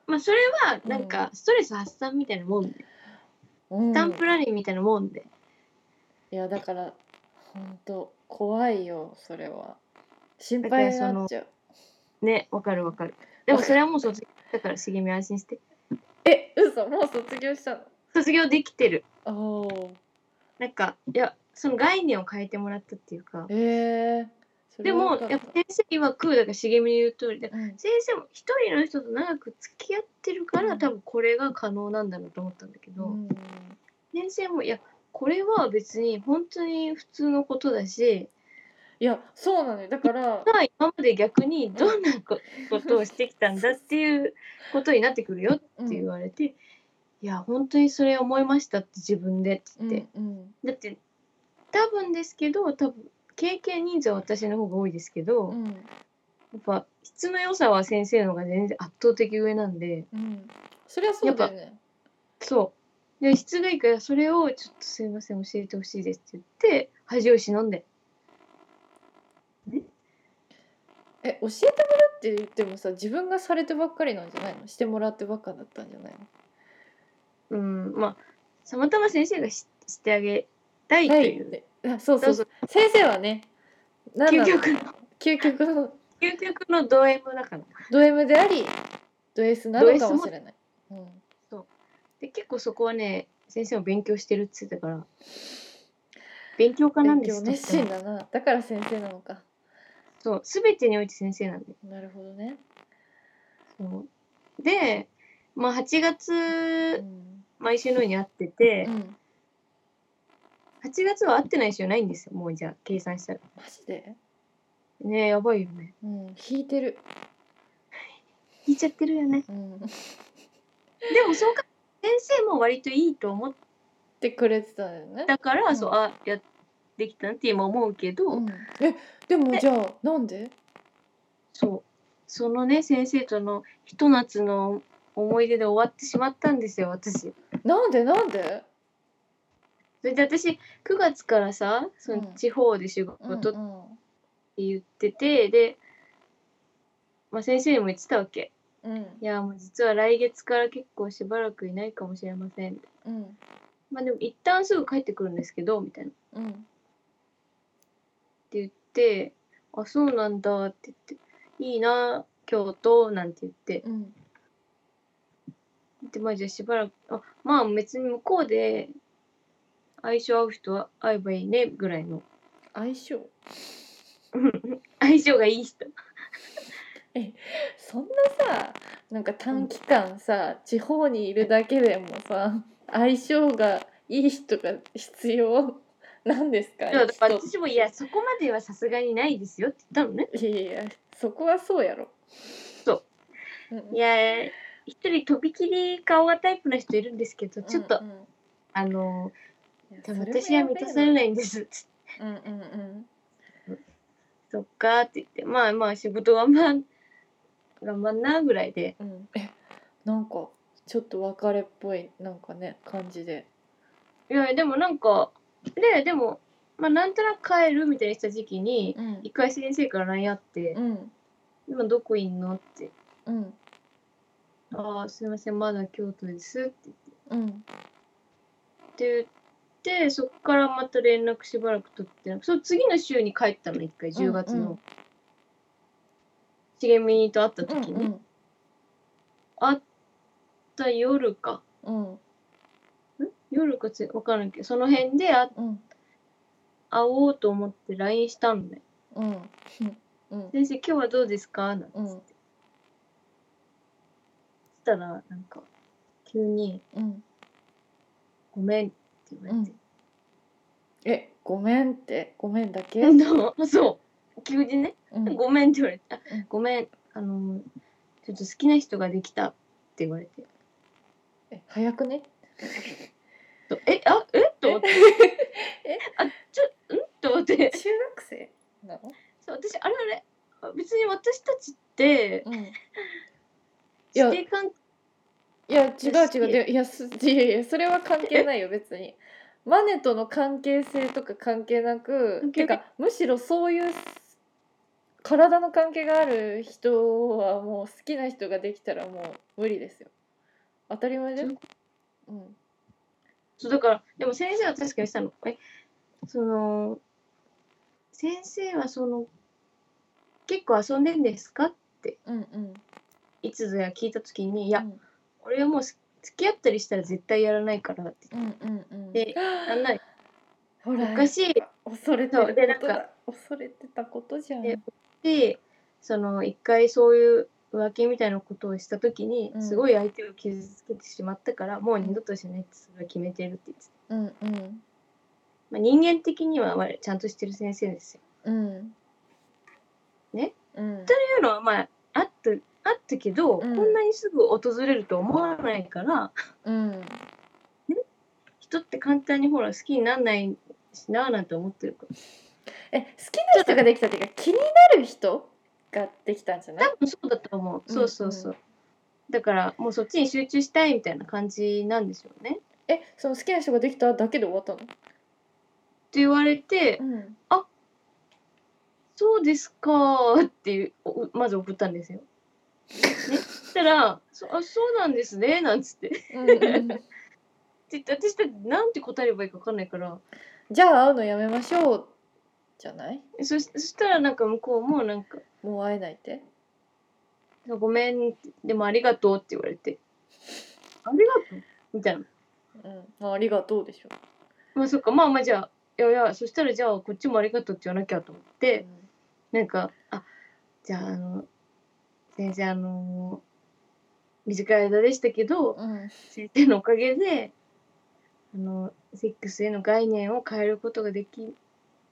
まあそれはなんかストレス発散みたいなもんで、うん、スタンプいラリーみたいなもんでやだから本当怖いよそれは心配になっちゃう。ねわかるわかるでもわかるそれはもう卒業だから茂み安心してえ嘘もう卒業したの卒業できてるおーなんかいやその概念を変えてもらったっていうかえー、そでれはもよかったやっぱ先生曰くだから茂みの言う通りだからうん先生も一人の人と長く付き合ってるから、うん多分これが可能なんだなと思ったんだけど、うん先生もいやこれは別に本当に普通のことだしいやそうなのよだからまあ今まで逆にどんなこことをしてきたんだっていうことになってくるよって言われて、いや本当にそれ思いましたって自分でって言って、うんうんだって多分ですけど多分経験人数は私の方が多いですけど、うやんっぱ質の良さは先生の方が全然圧倒的上なんでうんそりゃそうだよねそうで質がいいからそれを「ちょっとすいません教えてほしいです」って言って恥を忍んでえ教えてもらうって言ってもさ自分がされてばっかりなんじゃないのしてもらってばっかだったんじゃないのうんまあたまたま先生がししてあげたいと、はいいうであそうそうそう先生はねなんだ究ろう極の究極の究極のド M だからド M でありド S なのかもしれない、うん、で結構そこはね先生も勉強してるっつってたから勉強家なん勉で強す熱心だなだから先生なのかそう全てにおいて先生なんでなるほどね、そうで、まあ、8う月ん毎週のように会っててうん、 8月は会ってない週ないんですよもうじゃあ計算したらマジで、ねえやばいよねうん、引いてる、引いちゃってるよねうん、っでもそうか先生も割といいと思ってくれてたよねたから、うんそうあやできたなって今思うけど、うん、えでもじゃあなんでそうそのね先生とのひと夏の思い出で終わってしまったんですよ私。なんでなんでそれで私9月からさそのうん地方で仕事ってうん言ってて、で、まあ、先生にも言ってたわけうんうん「いやもう実は来月から結構しばらくいないかもしれません」うんまあでも一旦すぐ帰ってくるんですけど」みたいなっうんて言って「あそうなんだ」って言って「いいな京都」なんて言ってうんでまあじゃあしばらくあまあ別に向こうで相性合う人は会えばいいねぐらいの相性相性がいい人そんなさなんか短期間さ、地方にいるだけでもさ相性がいい人が必要 なんですかでもだから人私もいやそこまではさすがにないですよって言ったのねいやいやそこはそうやろ、そういや一人とびきり顔がタイプの人いるんですけどちょっと、うんうんあのいやでそれもも私は満たされないんですつってやべえなうんうんそっかって言ってまあまあ仕事頑張ん頑張んなぐらいでうんうんえなんかちょっと別れっぽいなんかね感じでいやでもなんかででもまあなんとなく帰るみたいにした時期にうん一回先生から LINE あって、うん今どこいんのって。うんああ、すいません、まだ京都ですってうん言って、そっからまた連絡しばらく取ってなく、その次の週に帰ったの、一回、10月うんうんの。茂みと会ったう時に、ん会った夜か、うん夜かつわからんけど、その辺であうん会おうと思って LINE したのね。うんうん先生、今日はどうですかなんてう言っんたら、なんか、急に、うんごめんって言われて。うんえごめんってごめんだけ、え っと、そう急にね、うんごめんって言われてあう「んごめんあのちょっと好きな人ができた」って言われてえ早くねとえあえと思ってえあちょんと思って 中学生なのそう私あれあれあ別に私たちってうんい指や定関や違好うき違うでいやす いやいやそれは関係ないよ別にマネとの関係性とか関係なく関係てないかむしろそういう体の関係がある人はもう好きな人ができたらもう無理ですよ当たり前だよそういううんそうだからでも先生は確かにしたのえその先生はその結構遊んでんですかうんうんいつぞや聞いた時に「いうやん俺はもうす付き合ったりしたら絶対やらないから」ってうんうんうんでなんない ほらおかしい恐れてるそこうでなんとかだ恐れてたことじゃんででその一回そういう浮気みたいなことをした時に、うんすごい相手を傷つけてしまったからもう二度としないってそれは決めてるって言ってた、うんうんまあ、人間的には我々ちゃんとしてる先生ですよ。うんねうんというのはまああったあったけど、うんこんなにすぐ訪れると思わないからうん人って簡単にほら好きにならないしななんて思ってるからえ好きな人ができたっていうか気になる人ができたんじゃない多分そうだと思ううんそうそうそう、だからもうそっちに集中したいみたいな感じなんでしょうねってえその好きな人ができただけで終わったの、言われて、うん、そうですかーっていうおまず送ったんですよ。ね、そしたらそあ「そうなんですね」なんつってってうんうん言って私だってなんて答えればいいか分かんないからじゃあ会うのやめましょうじゃないそしそしたらなんか向こうもなんかもう会えないって「ごめんでもありがとう」って言われて「ありがとう」みたいなうんまあありがとうでしょ、まあそっかまあまあじゃあいやいやそしたらじゃあこっちも「ありがとう」って言わなきゃと思って。なんか、あ、じゃあ、あの、先生、あの短い間でしたけど、うんうん、先生のおかげで、あの、セックスへの概念を変えることができ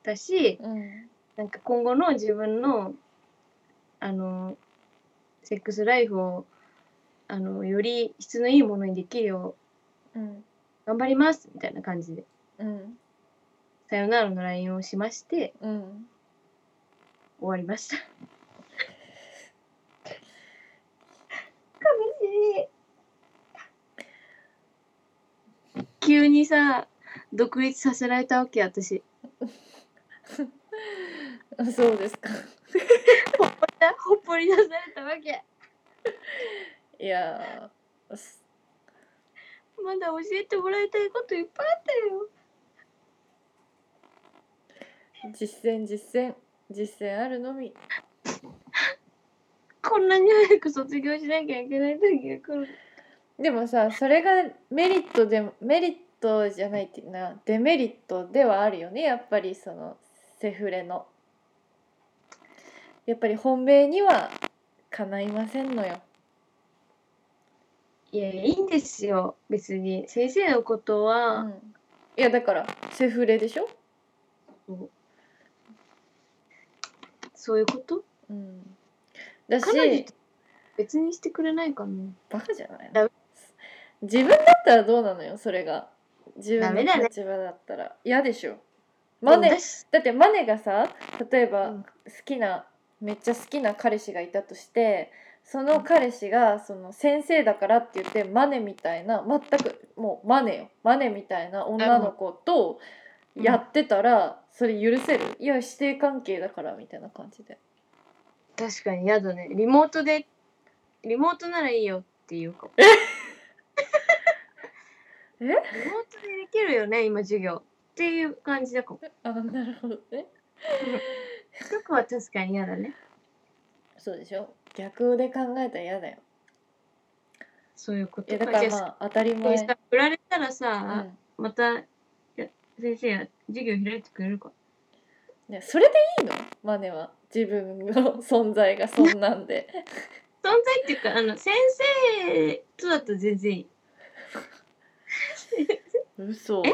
たし、うんなんか今後の自分の、あの、セックスライフを、あの、より質のいいものにできるようんう、頑張りますみたいな感じで、うんさよならの LINE をしまして、うん終わりま した。悲しい。急にさ、独立させられたわけ私。あそうですかほっぽり出されたわけ。いやーすまだ教えてもらいたいこといっぱいあったよ。実践実践実践あるのみこんなに早く卒業しなきゃいけない時が来る。でもさそれがメリットでもメリットじゃないっていうなデメリットではあるよねやっぱりそのセフレのやっぱり本命にはかないませんのよいやいやいいんですよ。別に先生のことは、うん、いやだからセフレでしょ、そういうこと。うん、だし彼女別にしてくれないかな。バカじゃないダの自分だったらどうなのよそれが自ダ分メのだね立場だったら嫌でしょマでネもだしだってマネがさ例えばう好んきな、めっちゃ好きな彼氏がいたとしてその彼氏がその先生だからって言ってマネみたいな全くもうマネよマネみたいな女の子とうんやってたらそれ許せるいや師弟関係だからみたいな感じで確かに嫌だねリモートでリモートならいいよっていうか えリモートでできるよね今授業っていう感じだかもあなるほどねよくは確かに嫌だねそうでしょ逆で考えたら嫌だよそういうこいとやだからじゃまあ当たりあ前さ振られたらうさ、んまたいや先生や授業開いてくれるかね、それでいいのマネは自分の存在がそんなんで存在っていうかあの先生とだと全然いい嘘え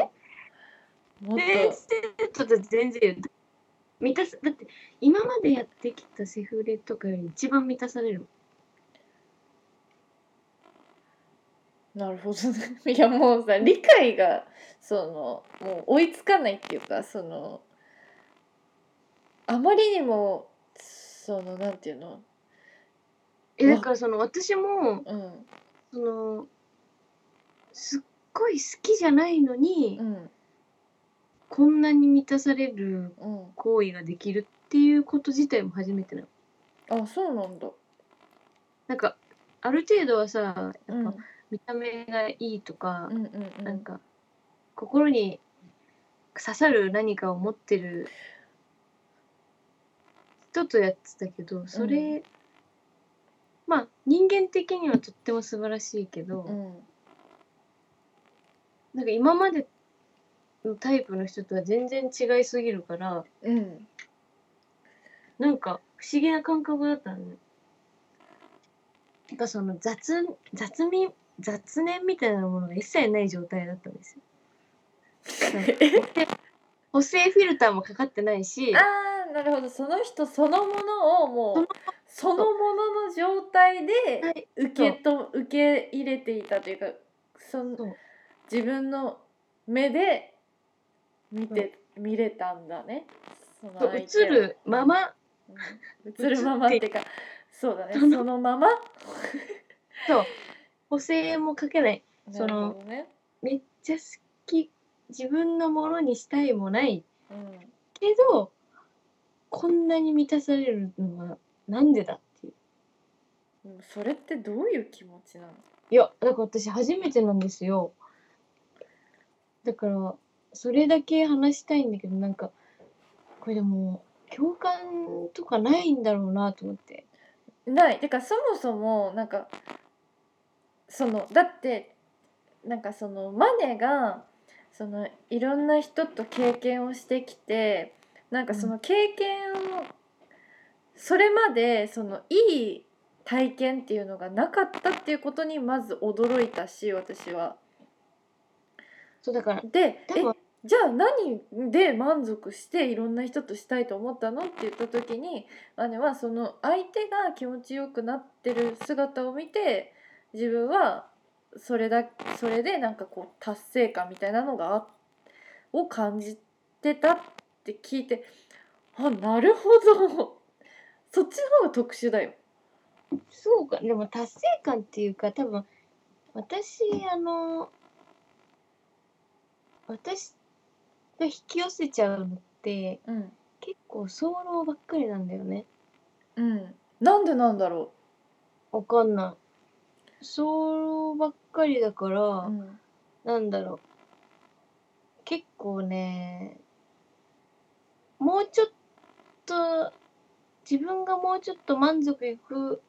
もっ先生とだと全然いいよ満たすだって今までやってきたセフレとかより一番満たされるもんとなるほどね いやもうさ理解がそのもう追いつかないっていうかそのあまりにもそのなんていうのえうわだからその私もうんそのすっごい好きじゃないのに、うんこんなに満たされるうん行為ができるっていうこと自体も初めてなの。あそうなんだなんかある程度はさうんうん見た目がいいとかう、んうなんんか心に刺さる何かを持ってる人とやってたけどそれ、うまあ人間的にはとっても素晴らしいけど。うんなんか今までのタイプの人とは全然違いすぎるからうんなんか不思議な感覚だったのね。なんかその雑雑味雑念みたいなものが一切ない状態だったんですよ。補正フィルターもかかってないし あーなるほどその人そのものをもうそのものの状態はでい受けと受け入れていたというかそのそう自分の目で見て見れたんだねそのそう相手を映るままうん映るままっていうかそうだねそのまま補正もかけないその なるほどねめっちゃ好き自分のものにしたいもないうんけどこんなに満たされるのはなんでだっていううんそれってどういう気持ちなのいやだから私初めてなんですよだからそれだけ話したいんだけどなんかこれでも共感とかないんだろうなと思ってないてかそもそもなんかそのだってなんかそのマネがそのいろんな人と経験をしてきてなんかその経験を、それまでそのいい体験っていうのがなかったっていうことにまず驚いたし私は。そうだからでえ多分じゃあ何で満足していろんな人としたいと思ったのって言った時に姉はその相手が気持ちよくなってる姿を見て自分はそれだそれでなんかこう達成感みたいなのがあを感じてたって聞いてあなるほど そっちの方が特殊だよ。そうかでも達成感っていうか多分私あの私が引き寄せちゃうのってうん結構早漏ばっかりなんだよねうん、なんでなんだろわかんない早漏ばっかりだから、う、うんなんだろう結構ねもうちょっと自分がもうちょっと満足いく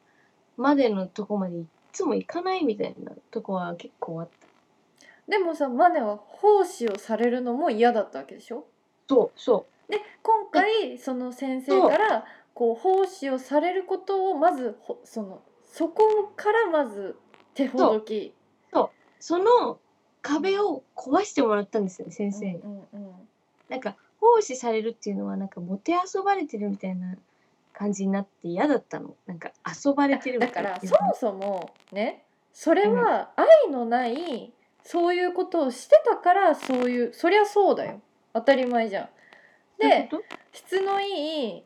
までのとこまでいっつも行かないみたいなとこは結構あったでもさマネは奉仕をされるのも嫌だったわけでしょそうそで今回その先生からこう奉仕をされることをまずほそのそこからまず手ほどきうその壁を壊してもらったんですよね先生に、うんうんなんか奉仕されるっていうのはなんかもてあそばれてるみたいな感じになって嫌だったのなんか遊ばれてうるん、だみたかいならそもそもねそれは愛のないそういうことをしてたからそういうそりゃそうだよ当たり前じゃん。どういうでこと質のいい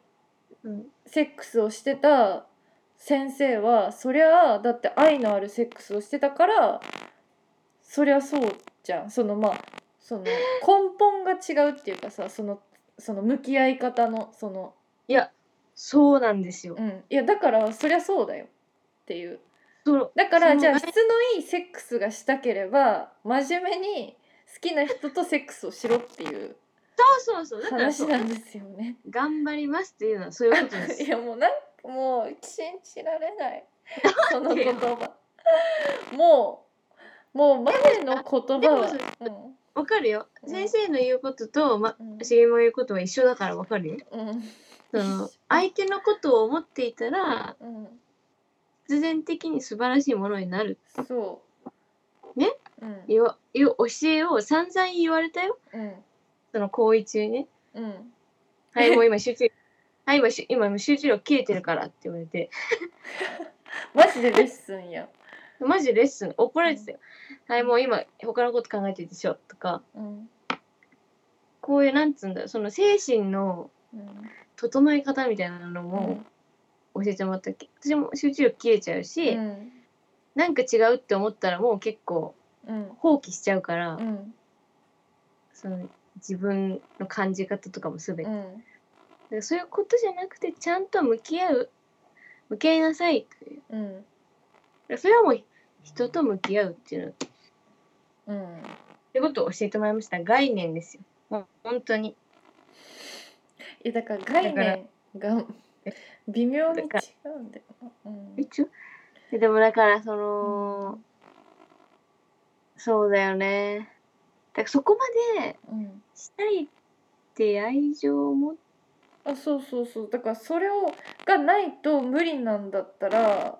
うんセックスをしてた先生はそりゃあだって愛のあるセックスをしてたからそりゃそうじゃんそのまあその根本が違うっていうかさそのその向き合い方のそのいやそうなんですよ、うんいやだからそりゃそうだよっていうそうだからそうじゃあね質のいいセックスがしたければ真面目に好きな人とセックスをしろっていうそうそうそう。だからそ話うなんですよね。頑張りますっていうのはそういうこと です。いやもうなんかもう信じられ ないその言葉もうもうマネの言葉はでもうんわかるよ。うん先生の言うことと、ま、うん茂も言うことは一緒だからわかるよ。うんその相手のことを思っていたらうん必然的に素晴らしいものになるそうねうんいういう教えを散々言われたよ。うんその行為中にね。うんはい もう今集中。はい今し今もう集中力切れてるからって言われて。マジでレッスンやマジレッスン怒られてたよ。はいもう今他のこと考えてるでしょとか。うんこういうなんつうんだろうその精神のうん整え方みたいなのも、教えてもらったっけ私も集中力切れちゃうし、うんなんか違うって思ったらもう結構うん放棄しちゃうから、うんその自分の感じ方とかも全て、うだかんらそういうことじゃなくてちゃんと向き合う向き合いなさいというだうんからそれはもう人と向き合うっていうのっうんてことを教えてもらいました概念ですよもう本当にいやだから概念が微妙に違うんだよなうん一応えでもだからその、そうだよねだからそこまでうんしたいって愛情を持っあそうそうそうだからそれをがないと無理なんだったら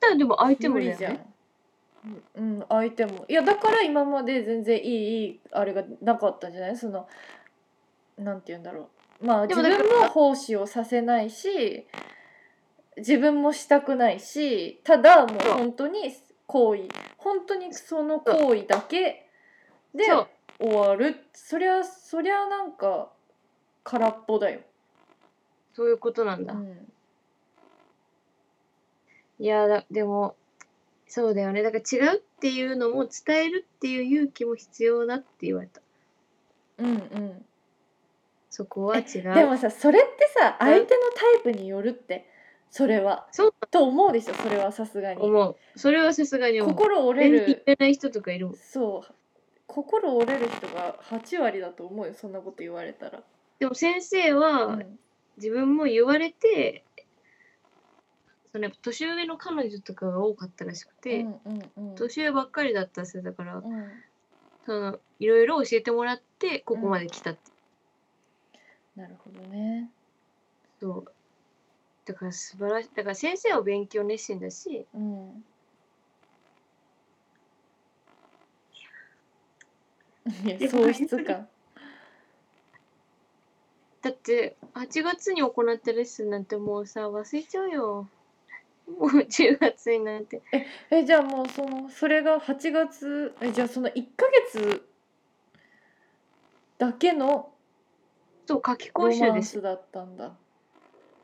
たらでも相手も無だよね理じゃん、うんうん相手もいやだから今まで全然いいいいあれがなかったんじゃないそのなんて言うんだろうまあで自もだから分も奉仕をさせないし自分もしたくないしただもうそう本当に行為本当にその行為だけでそう終わるそりゃそりゃなんか空っぽだよ、そういうことなんうだ。ん、いやだでもそうだよねだから違うっていうのも伝えるっていう勇気も必要だって言われたうんうんそこは違でうもさそれってさ相手のタイプによるってそれはそうと思うでしょそれはさすがに思うそれはさすがに思う心折れ全然言るえない人とかいるもんそう心折れる人が8割だと思うよそんなこと言われたら、でも先生は、うん自分も言われてそのやっぱ年上の彼女とかが多かったらしくて、うんうんうん年上ばっかりだったせいだから、うんそのいろいろ教えてもらってここまで来たって、なるほどねそうだから素晴らしいだから先生は勉強熱心だしうんいや喪失感だって8月に行ったレッスンなんてもうさ忘れちゃうよもう10月になってえじゃあもうそのそれが8月えじゃあその1ヶ月だけのそう夏期ロ講習マでンすスだったんだ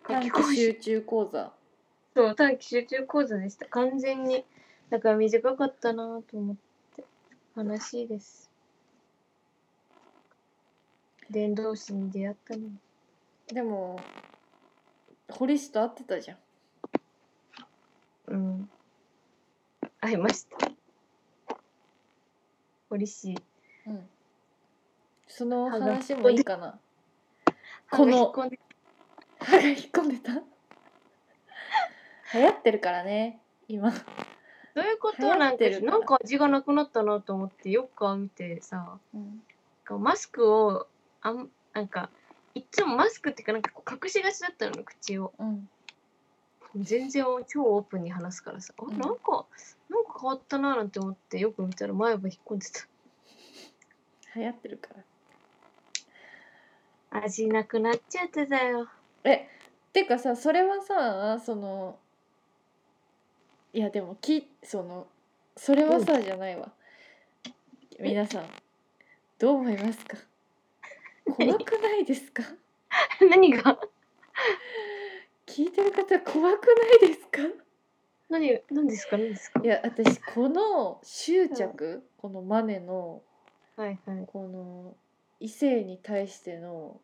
夏期短講期習集中講座そう短期集中講座でした完全にだから短かったなぁと思って悲しいです伝道師に出会ったのにでも堀氏と会ってたじゃんうん会いました堀氏うんその歯が話もいいかなこ歯が引っの込んで歯が引っ込んでた流行ってるからね今どういうこ流と行なんってるてかならんか味がなくなったなと思ってよく顔見てさうんなんかマスクをあんなんかいっつもマスクっていうかなんかこう隠しがちだったの口をうん全然超オープンに話すからさ、あうんなんかなんか変わったななんて思ってよく見たら前歯引っ込んでた流行ってるから味なくなっちゃってたよえてかさそれはさそのいやでもきそのそれはさ、じゃないわ皆さんどう思いますか怖くないですか 何が聞いてる方怖くないですか何何ですか何ですかいや私この執着、このマネのはいはいこの異性に対しての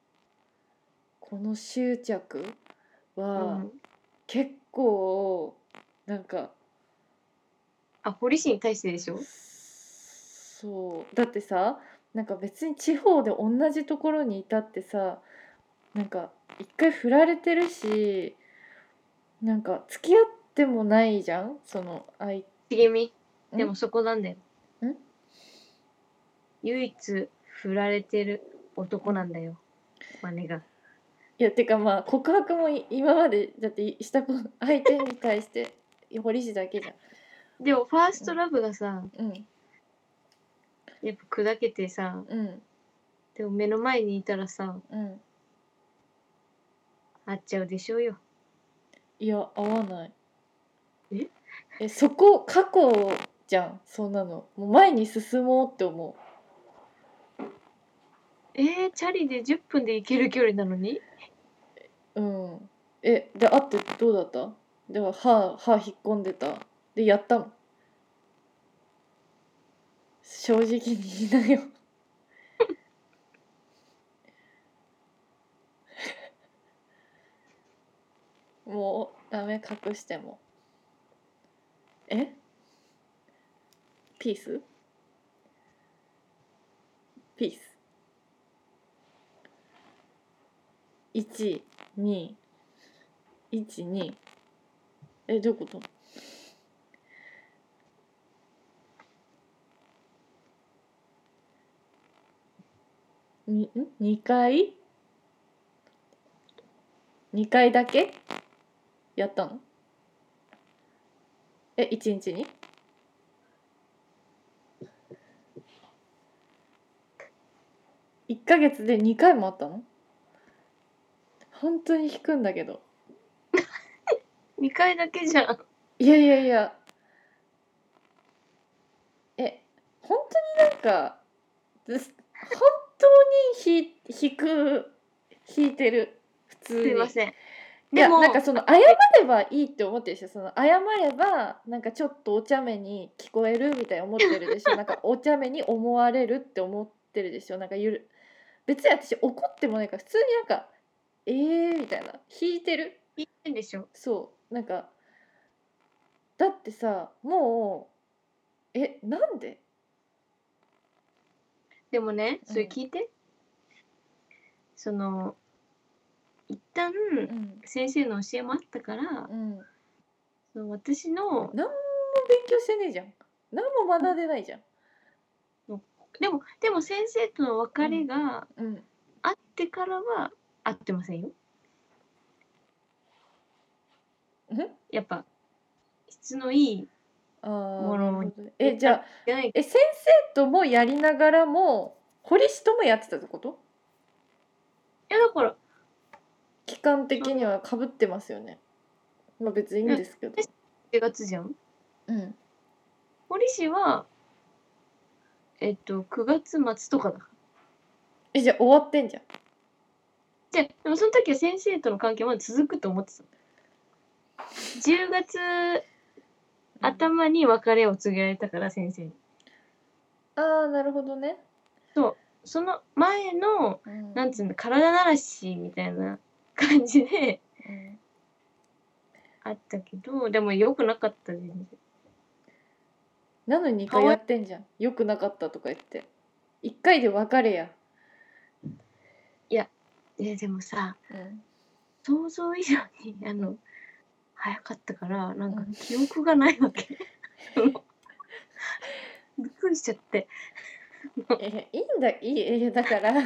この執着あ、うは、ん結構なんかあ堀市に対してでしょそうだってさなんか別に地方で同じところにいたってさなんか一回振られてるしなんか付き合ってもないじゃんその相茂みんでもそこなんだよん唯一振られてる男なんだよマネがいやてかまあ告白もい今までだっていしたこと相手に対して堀市だけじでもファーストラブがさゃんうんやっぱ砕けてさうんでも目の前にいたらさうん会っちゃうでしょうよいや合わないええそこ過去じゃんそんなのもう前に進もうって思うえー、チャリで10分で行ける距離なのにうん。え、で、会ってどうだったでは、歯、歯引っ込んでた。で、やったの。正直に言いなよ。 もう、ダメ隠しても。えピースピース。1、2、1、2。え、どういうことに、ん二回二回だけやったのえ、一日に一ヶ月で二回もあったの本当に引くんだけど2回だけじゃんいやいやいやえ本当になんかです本当にひ引く引いてる普通すにいません。いでやもなんかその謝ればいいって思ってるでしょその謝ればなんかちょっとお茶目に聞こえるみたいに思ってるでしょ なんかお茶目に思われるって思ってるでしょなんかゆる別に私怒ってもないから普通になんかえーみたいな引いてる聞いてんでしょ。そうなんかだってさもうえなんででもね、それうん聞いて。その、一旦、うん先生の教えもあったから、うんその私の、何も勉強してねえじゃん何も学んでないじゃんでも、でも先生との別れがうんあってからは会ってませんよ。うんやっぱ、質のいい、あーもろもろなるほどえじゃあじゃないえ先生ともやりながらも堀師ともやってたってこといやだから期間的にはかぶってますよねまあ別にいいんですけど1月じゃんうん堀氏はえっと9月末とかだえじゃあ終わってんじゃんじゃあでもその時は先生との関係はまだ続くと思ってた10月頭に別れを告げられたから先生にああなるほどね、その前のうんなんつうの体慣らしみたいな感じでうんあったけどでも良くなかった全然なのに2回やってんじゃんよくなかったとか言って1回で別れや、えでもさうん、想像以上にあの早かったからなんかうん記憶がないわ けそのびっくりしちゃってえいいんだいいえだ からいや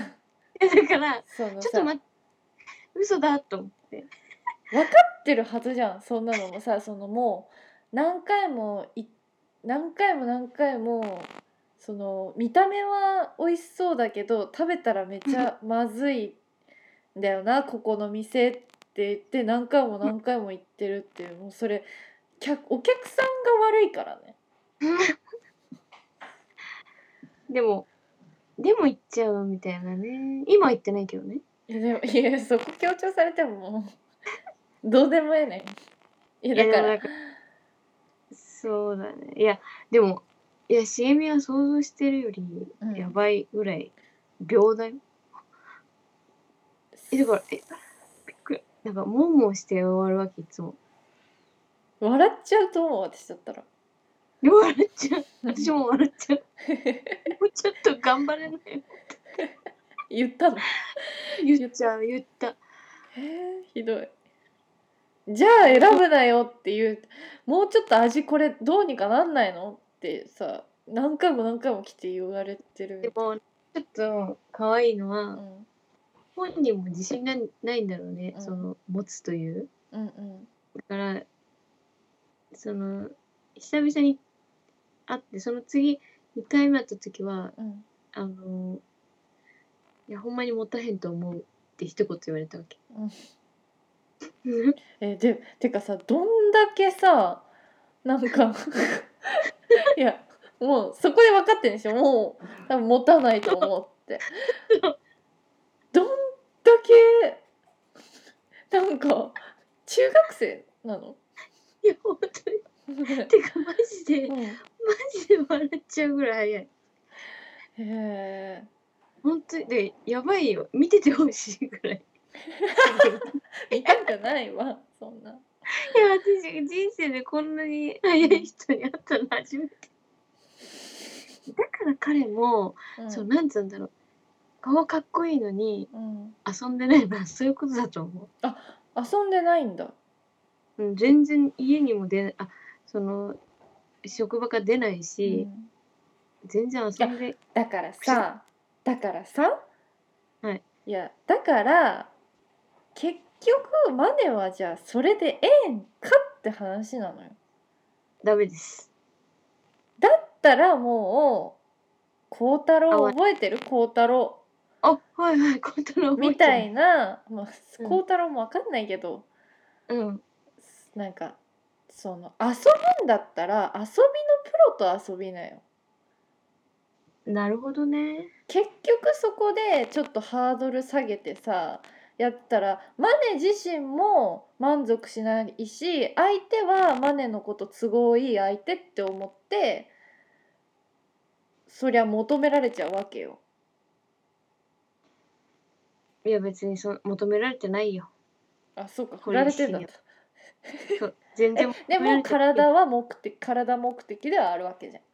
だからそのちょさっと待って嘘だと 思ってやってるはずじゃんそんなのもさそのもう何回もい何回も何回もその見た目は美味しそうだけど食べたらめちゃまずいんだよなここの店って言って何回も何回も言ってるっていうもうそれ客お客さんが悪いからねでもでも行っちゃうみたいなね今は行ってないけどねいやでもいやそこ強調されてももうどうでもええねんいや だかいやらだからそうだねいやでもいや CM は想像してるよりうんやばいぐらい秒だよ、えだからえびっくりなんかもんもんして終わるわけいつも笑っちゃうと思う私だったら でも笑っちゃう私も笑っちゃうもうちょっと頑張れない言ったの言っちゃう言ったえーひどいじゃあ選ぶなよっていうもうちょっと味これどうにかなんないのってさ何回も何回も来て言われてでる、もちょっと可愛いのは、うん、うん本人も自信がないんだろうね、うんその持つといううんだからその久々に会ってその次2回目会った時はうんあのいやほんまに持たへんと思うって一言言われたわけ、 えーでてかさどんだけさなんかいやもうそこで分かってるんでしょもう多分持たないと思うってどんだけなんか中学生なのいや本当にてかマジでマうんジで笑っちゃうぐらい早いへえ本当にでやばいよ見ててほしいぐらい見たくないわそんないや私人生でこんなに早い人に会ったの初めてだから彼も、うんそうなんつうんだろう顔かっこいいのにうん、遊んでないのは そういうことだと思遊んでないんだう、うん、全然家にも出ないあその職場から出ないうし、ん全然遊んでだからさだからさはいいやだから結局マネはじゃあそれでええんかって話なのよダメですだったらもう孝太郎覚えてる孝太郎あはいはい孝太郎覚えみてるたいなまあうん孝太郎も分かんないけど、うんなんかその遊ぶんだったら遊びのプロと遊びなよなるほどね結局そこでちょっとハードル下げてさやったらマネ自身も満足しないし相手はマネのこと都合いい相手って思ってそりゃ求められちゃうわけよ。いや別にその求められてない よ。あそうか振これられてんだった。そう全然で求めらもれてない体は目的体目的ではあるわけじゃん。い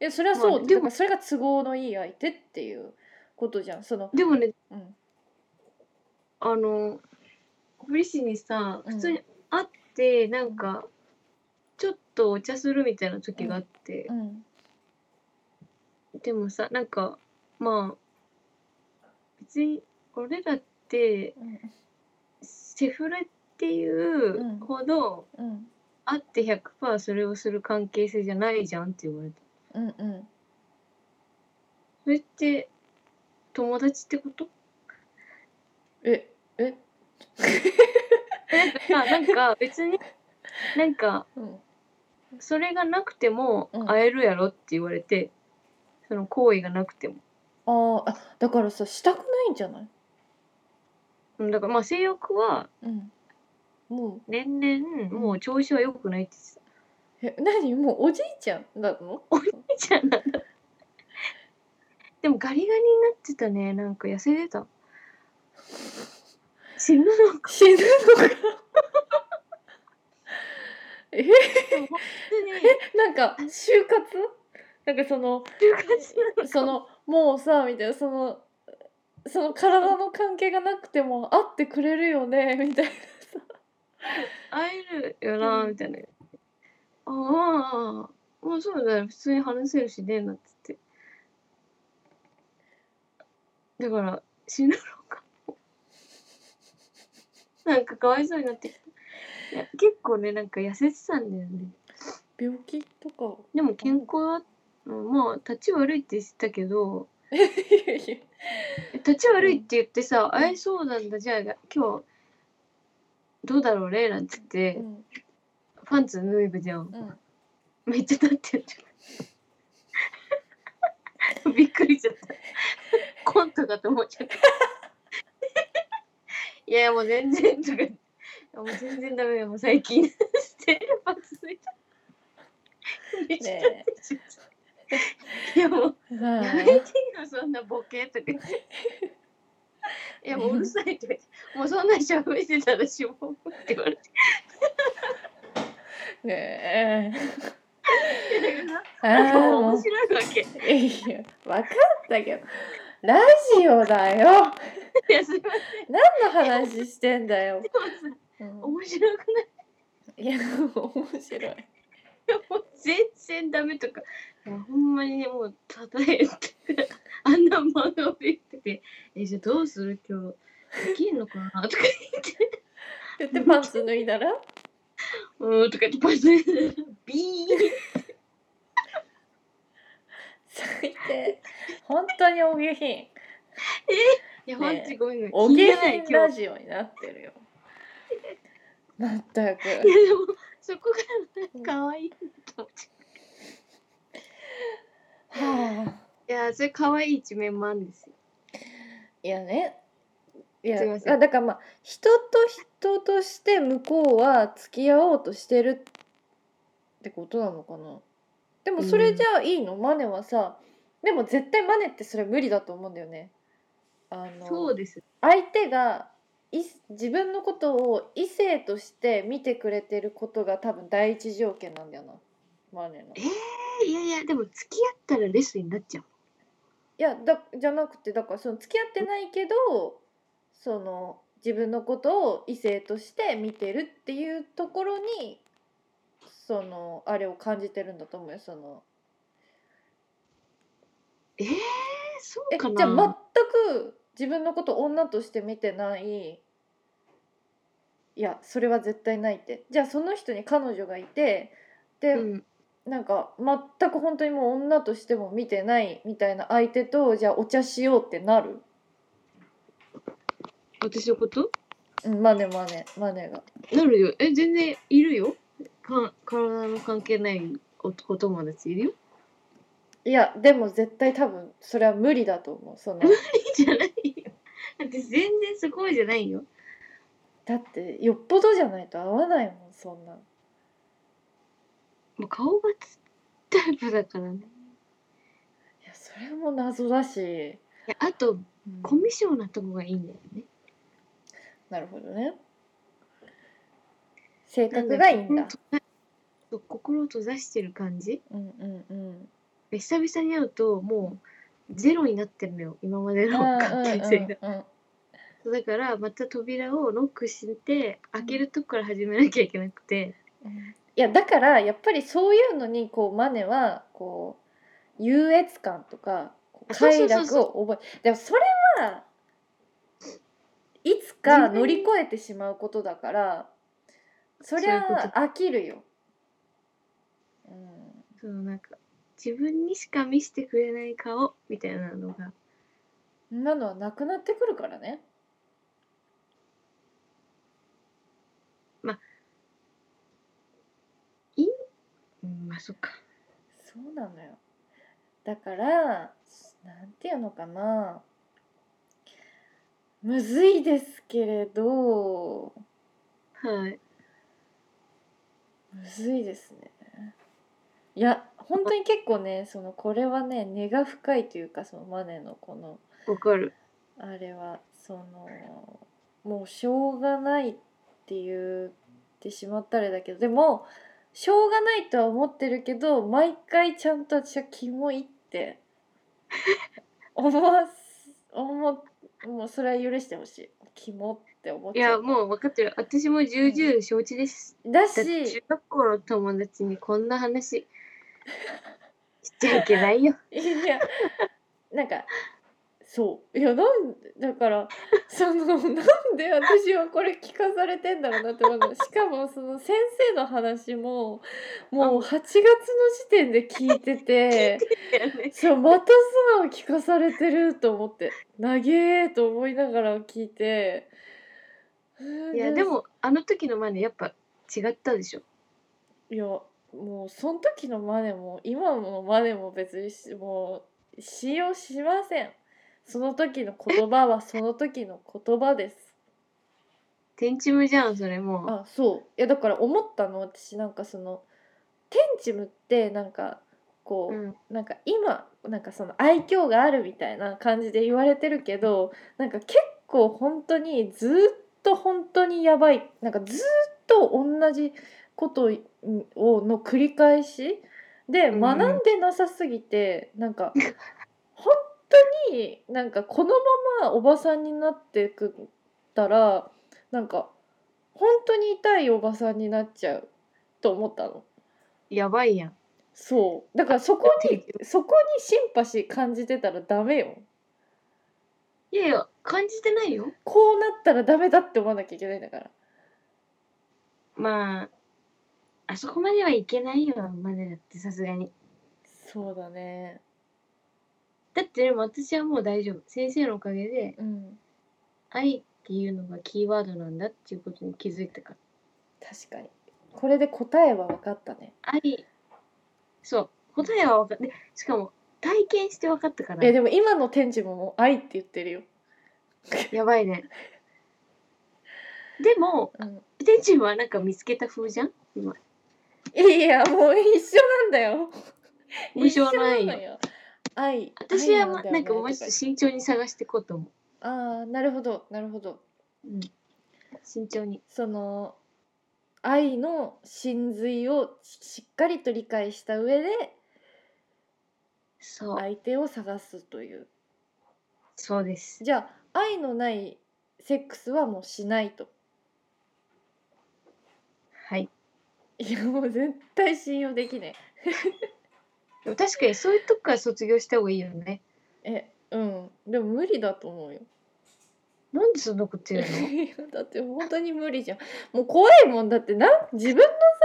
やそれはそう、まあねででももそれが都合のいい相手っていうことじゃんその、でもねうん、あの小リシにさうん普通に会ってなんかちょっとお茶するみたいな時があってう、ん、でもさなんかまあ別に俺らってうん、セフレっていうほどうん、会って100%それをする関係性じゃないじゃんって言われた。うん、うん。それって友達って ことえ、え、まあなんか別になんかうん、それがなくてもうん会えるやろって言われて、その行為がなくてもあーあ、だからさ、したくないんじゃない。うんだからまあ性欲はうん。も年々もう調子は良くないってう、え、なに、もうおじいちゃんな の。言ってた じゃんでもガリガリになってたねなんか痩せてた死ぬのか死ぬのか。 え、でも本なんか、就活。なんか、その、当に中華人なのその、もうさ、みたいな、その。その体の関係がなくても、会ってくれるよね、みたいな。会えるよなみたいな、ああもうそうだよ普通に話せるしねなんつってだから死ぬのかもなんかかわいそうになってきたいや結構ねなんか痩せてたんだよね病気とか。でも健康は、うん、まあ立ち悪いって言ってたけどいやいや。立ち悪いって言ってさ「あえそうなんだじゃあ今日どうだろうね」なんつって、うん、パンツ脱いだじゃん、うん。めっちゃ立ってる。 びっくりしちゃった。コントかと思っちゃった。 いやいやもう全然とか、もう全然ダメよもう最近 してパンツついた。めっちゃ立ってきちゃった。いやもうはやめ てよそんなボケとか言って。いやもううるさいとか言って、もうそんな喋ってたらしぼむって言われて。い。ねえ。あなんかあ、もう面白いわけ。いや、分かったけど。ラジオだよ。いやすいませ何の話してんだよ。ん。うん面白くないいや、面白い。もう全然ダメとかいやほんまにねもうただえってあんな漫画を言ってて「えじゃあどうする今日できんのかな?」とか言ってだってパンツ脱いだ「ら。うーん」とか言ってパスビーン最低。本当にお下品。いやほんとにごめんごおめん聞い下てない今品日いやラジオになってるよ。まったく。でもそこがなんか可愛いと思ってはあ。いやそれ可愛い一面もあるんですよいやね。いやすいませんあだからまあ人と人として向こうは付き合おうとしてるってことなのかなでもそれじゃあいいの、マネはさでも絶対マネってそれ無理だと思うんだよね。あそのうです相手がい自分のことを異性として見てくれてることが多分第一条件なんだよなマネの。ええいやいやでも付き合ったらレスになっちゃういやだじゃなくてだからその付き合ってないけどその自分のことを異性として見てるっていうところにそのあれを感じてるんだと思うよそのええそえうかなじゃあ全く自分のことを女として見てないいやそれは絶対ないってじゃあその人に彼女がいてで、うん、なんか全く本当にもう女としても見てないみたいな相手とじゃあお茶しようってなる私のことうんマネマネマネが。なるよ。え、全然いるよ。か体の関係ない男友達いるよ。 いやでも絶対多分それは無理だと思うそのいいじゃないよ。全然すごいじゃないよ。だってよっぽどじゃないと合わないもんそんなもう顔がつタイプだからね。いやそれも謎だし、いやあと、うんコミュ障なとこがいいんだよね。なるほどね性格がいいんだそう心を閉ざしてる感じうんうん 久々に会うともうゼロになってるのよ今までうんのあー関係う性んが。うんうんそうだからまた扉をノックして開けるとこから始めなきゃいけなくて、いやだからやっぱりそういうのにこうマネはこう優越感とかこうあそうそ快うそう楽を覚えでもそれはいつか乗り越えてしまうことだからそりそういうゃこ飽きるよ。うん、そのなんか自分にしか見せてくれない顔みたいなのがそんなのはなくなってくるからね。うんまあそっかそうなのよ。だからなんていうのかなむずいですけれどはいむずいですねいや本当に結構ねそのこれはね根が深いというかそのマネのこのわかるあれはそのもうしょうがないって言ってしまったらあれだけどでもしょうがないとは思ってるけど毎回ちゃんと私はキモいって 思わす思うもうそれは許してほしいキモって思っいちゃやうもう分かってる私も重々承知です、だだってし中学校の友達にこんな話しちゃいけないよいやなんかそういやなん だからそのなんで私はこれ聞かされてんだろうなって思うのしかもその先生の話ももう8月の時点で聞い てて そうまたさ聞かされてると思って長えと思いながら聞いていやでもあの時のマネやっぱ違ったでしょいやもうその時のマネも今のマネも別にしもう使用しませんその時の言葉はその時の言葉です天チムじゃんそれもあそういやだから思ったの私なんかその天チムってなんかこうう、うんなんか今なんかその愛嬌があるみたいな感じで言われてるけどなんか結構本当にずーっと本当にやばいなんかずーっと同じことをの繰り返しでうん学んでなさすぎて、なんか本当になんかこのままおばさんになってくったらなんか本当に痛いおばさんになっちゃうと思ったの。やばいやんそうだからそこに天気そこにシンパシー感じてたらダメよいやいや感じてないよこうなったらダメだって思わなきゃいけないんだからまああそこまではいけないよマネだってさすがにそうだねだってでも私はもう大丈夫先生のおかげでうん愛っていうのがキーワードなんだっていうことに気づいたから確かにこれで答えは分かったね愛そう答えは分かってしかも体験して分かったからえでも今の天智ももう愛って言ってるよやばいねでもうん天智はなんか見つけた風じゃん今いやもう一緒なんだよ無償の愛よ一緒なのよ愛私は愛まだよねなんかもうちょっと慎重に探していこうと思ああなるほどなるほどう、うん、慎重にその愛の真髄をしっかりと理解した上でそう、相手を探すというそうですじゃあ愛のないセックスはもうしないと はいいやもう絶対信用できないでも確かにそういうとこから卒業した方がいいよねえうんでも無理だと思うよなんでそんなこと言うのいや だって本当に無理じゃんもう怖いもんだってなん自分の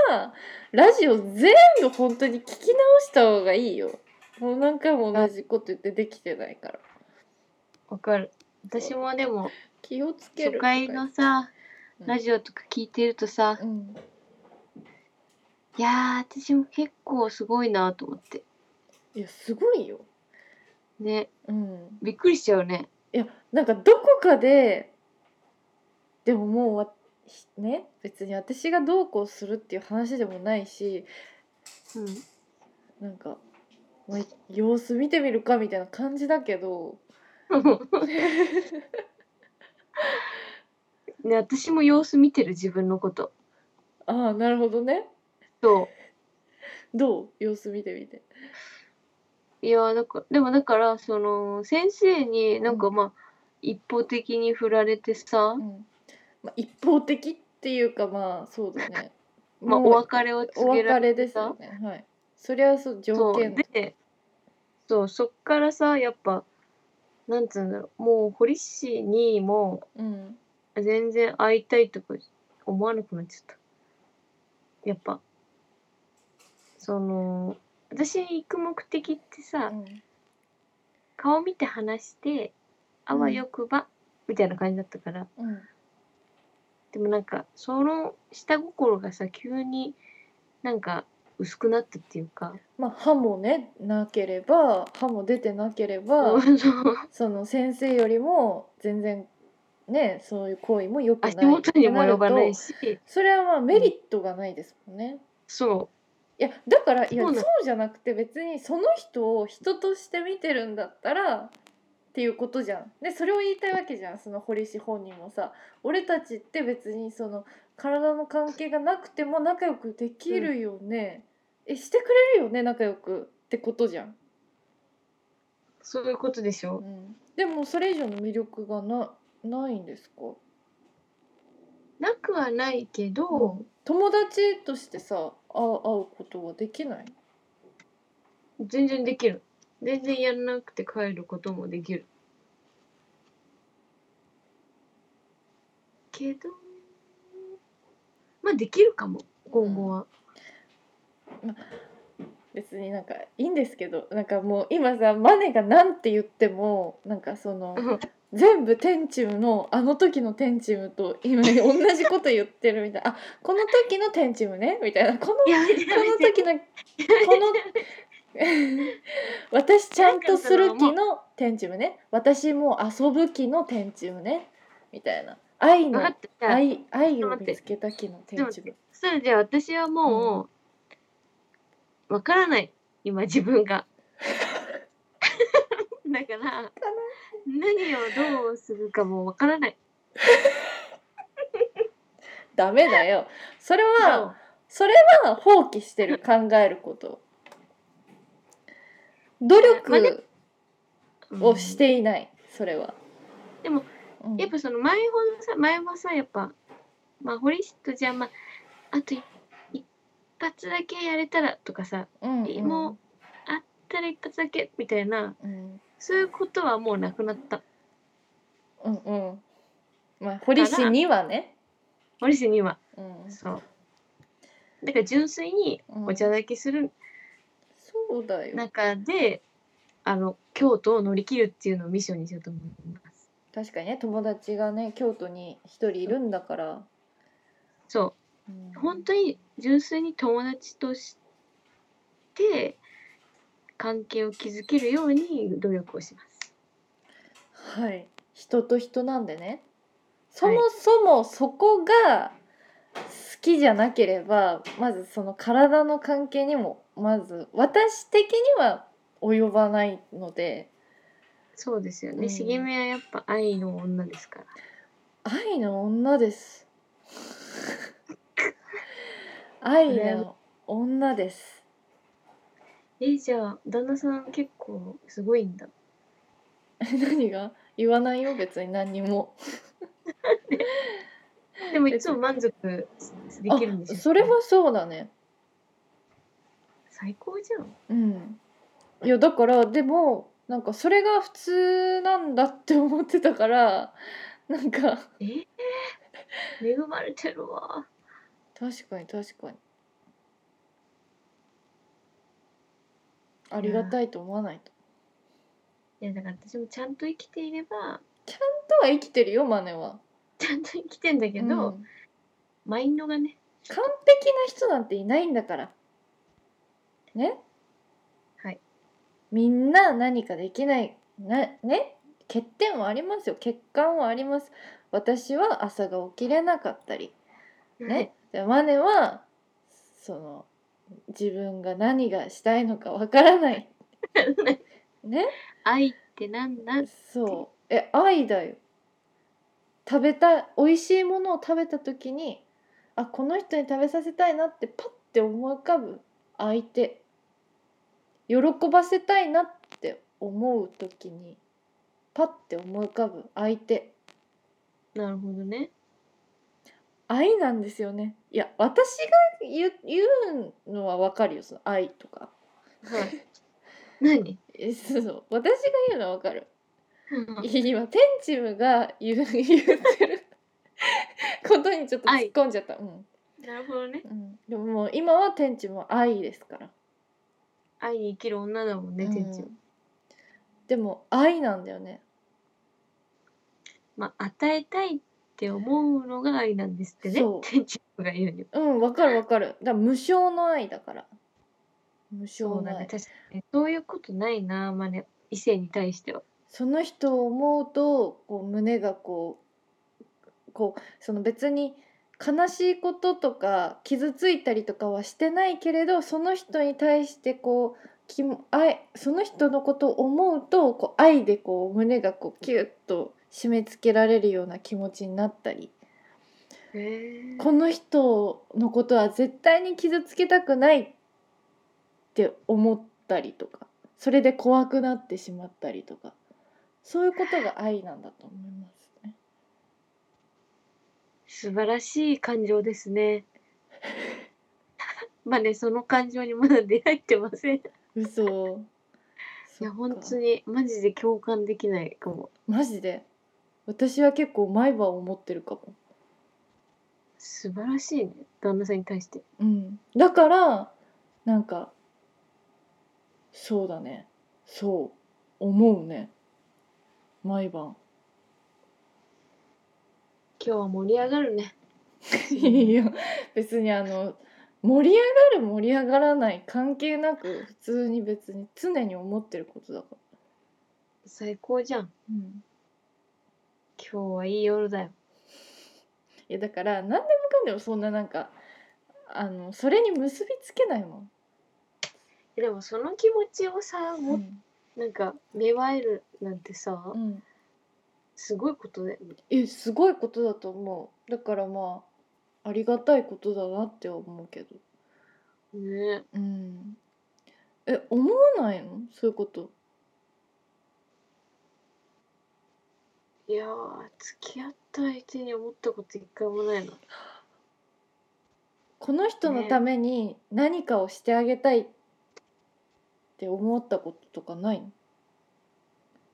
さラジオ全部本当に聞き直した方がいいよもう何回も同じこと言ってできてないからわかる私もでも気をつけ初る回のさうんラジオとか聞いてるとさ、うんいやー私も結構すごいなと思っていやすごいよねうんびっくりしちゃうねいやなんかどこかででももうわひね別に私がどうこうするっていう話でもないしうんなんか、まあ、様子見てみるかみたいな感じだけど ね、私も様子見てる自分のことああなるほどねそどう様子見てみて。ういやなんかでもだからその先生になんかうんまあ、一方的に振られてさう、んまあ、一方的っていうかまあそうだね。 まあ、もおう別れをお告げら別れれてですよさね。はい。それはそう条そう件。でそうそっからさやっぱなんつうんだろうもう堀氏にもうん。全然会いたいとか思わなくなっちゃったやっぱその私に行く目的ってさうん顔見て話してあわよくば、みたいな感じだったからうん。でもなんかその下心がさ急になんか薄くなったっていうかまあ歯もねなければ歯も出てなければそうそうその先生よりも全然ねそういう行為も良くない足元にも及ばないとるしとそれはまあメリットがないですもんね。そいやだからいやそそううなのじゃなくて別にその人を人として見てるんだったらっていうことじゃん。でそれを言いたいわけじゃんその堀氏本人もさ俺たちって別にその体の関係がなくても仲良くできるよね、えしてくれるよね仲良くってことじゃん。うそういうことでしうょん、でもそれ以上の魅力がなないんですかなくはないけど友達としてさあ会うことはできない全然できる全然やらなくて帰ることもできるけどまあできるかも今後は、別になんかいいんですけどなんかもう今さマネがなんて言ってもなんかそのうん全部天チムのあの時の天チムと今同じこと言ってるみたいなあこの時の天チムねみたいなこのこやめてやめのて時のこ の私ちゃんとする気の天チムね私もう遊ぶ気の天チムねみたいな愛分のかったじゃあ愛愛を待って見つけた気の天チムそれじゃあ私はもうわからない今自分 がだから何をどうするかもわからないダメだよそれはそうそれは放棄してる考えること努まあね力うんをしていないそれはでもうんやっぱその前ほどさ前はさやっぱまあ堀市とじゃあまああとい一発だけやれたらとかさうんうんもうあったら一発だけみたいなうんそういうことはもうなくなったうんうんまあ堀氏にはね堀市にはうんそうだから純粋にうんお茶だけするそうだよ中で、あの京都を乗り切るっていうのをミッションにしようと思います確かにね友達がね京都に一人いるんだからそううん本当に純粋に友達として関係を築けるように努力をします。はい人と人なんでねそもそもそこが好きじゃなければまずその体の関係にもまず私的には及ばないのでそうですようね。ん茂みはやっぱ愛の女ですから。愛の女です 愛の女ですえじゃあ旦那さん結構すごいんだ。何が言わないよ別に何にもでもいつも満足であきるんでしょ、それはそうだね最高じゃん。うん、いやだからでもなんかそれが普通なんだって思ってたから なんかえー、恵まれてるわ。確かに確かにありがたいと思わないと。いやだから私もちゃんと生きていればとは生きてるよマネは。ちゃんと生きてんだけけど、ど、マインドがね完璧な人なんていないんだから。ねはい。みんな何かできないなね欠点はありますよ欠陥はあります私は朝が起きれなかったりね、でマネはその自分が何がしたいのかわからないね愛ってなんだそうえ愛だよ食べた美味しいものを食べた時にあこの人に食べさせたいなってパッて思い浮かぶ相手喜ばせたいなって思う時にパッて思い浮かぶ相手なるほどね愛なんですよねいや私が言う言うのはわかるよその愛とかはい 何えそうそう私が言うのはわかるうん今天チムが言う 言ってることにちょっと突っ込んじゃった、うんなるほどねうん、でももう今は天チムは愛ですから愛に生きる女だもんね、てんちうもんでも愛なんだよねまあ与えたいって思うのが愛なんですってねそうてんちもが言うにうんわかるわかるだから無償の愛だから無そ償うなんの愛だ確かにそういうことないなまね異性に対してはその人を思うとこう胸がこうこうその別に悲しいこととか傷ついたりとかはしてないけれどその人に対してこうきも愛その人のことを思うとこう愛でこう胸がこうキュッと締め付けられるような気持ちになったりへえこの人のことは絶対に傷つけたくないって思ったりとかそれで怖くなってしまったりとかそういうことが愛なんだと思いますね。素晴らしい感情ですね まあねその感情にまだ出会ってません嘘いや本当ににマジで共感できないかもマジで私は結構毎晩思ってるかも、素晴らしいね旦那さんに対してうん、だからなんかそうだねそう思うね毎晩今日は盛り上がるねい や別にあの盛り上がる盛り上がらない関係なく普通に別に常に思ってることだから、最高じゃんうん、今日はいい夜だよいやだから何でもかんでもそんななんかあのそれに結びつけないもん、えでもその気持ちをさうもんなんか芽生えるなんてさ、うん、すごいことだよねえすごいことだと思うだからまあありがたいことだなって思うけどねうんえ思わないのそういうこといやー付き合った相手に思ったこと一回もないなこの人のために何かをしてあげたいって思ったこととかないの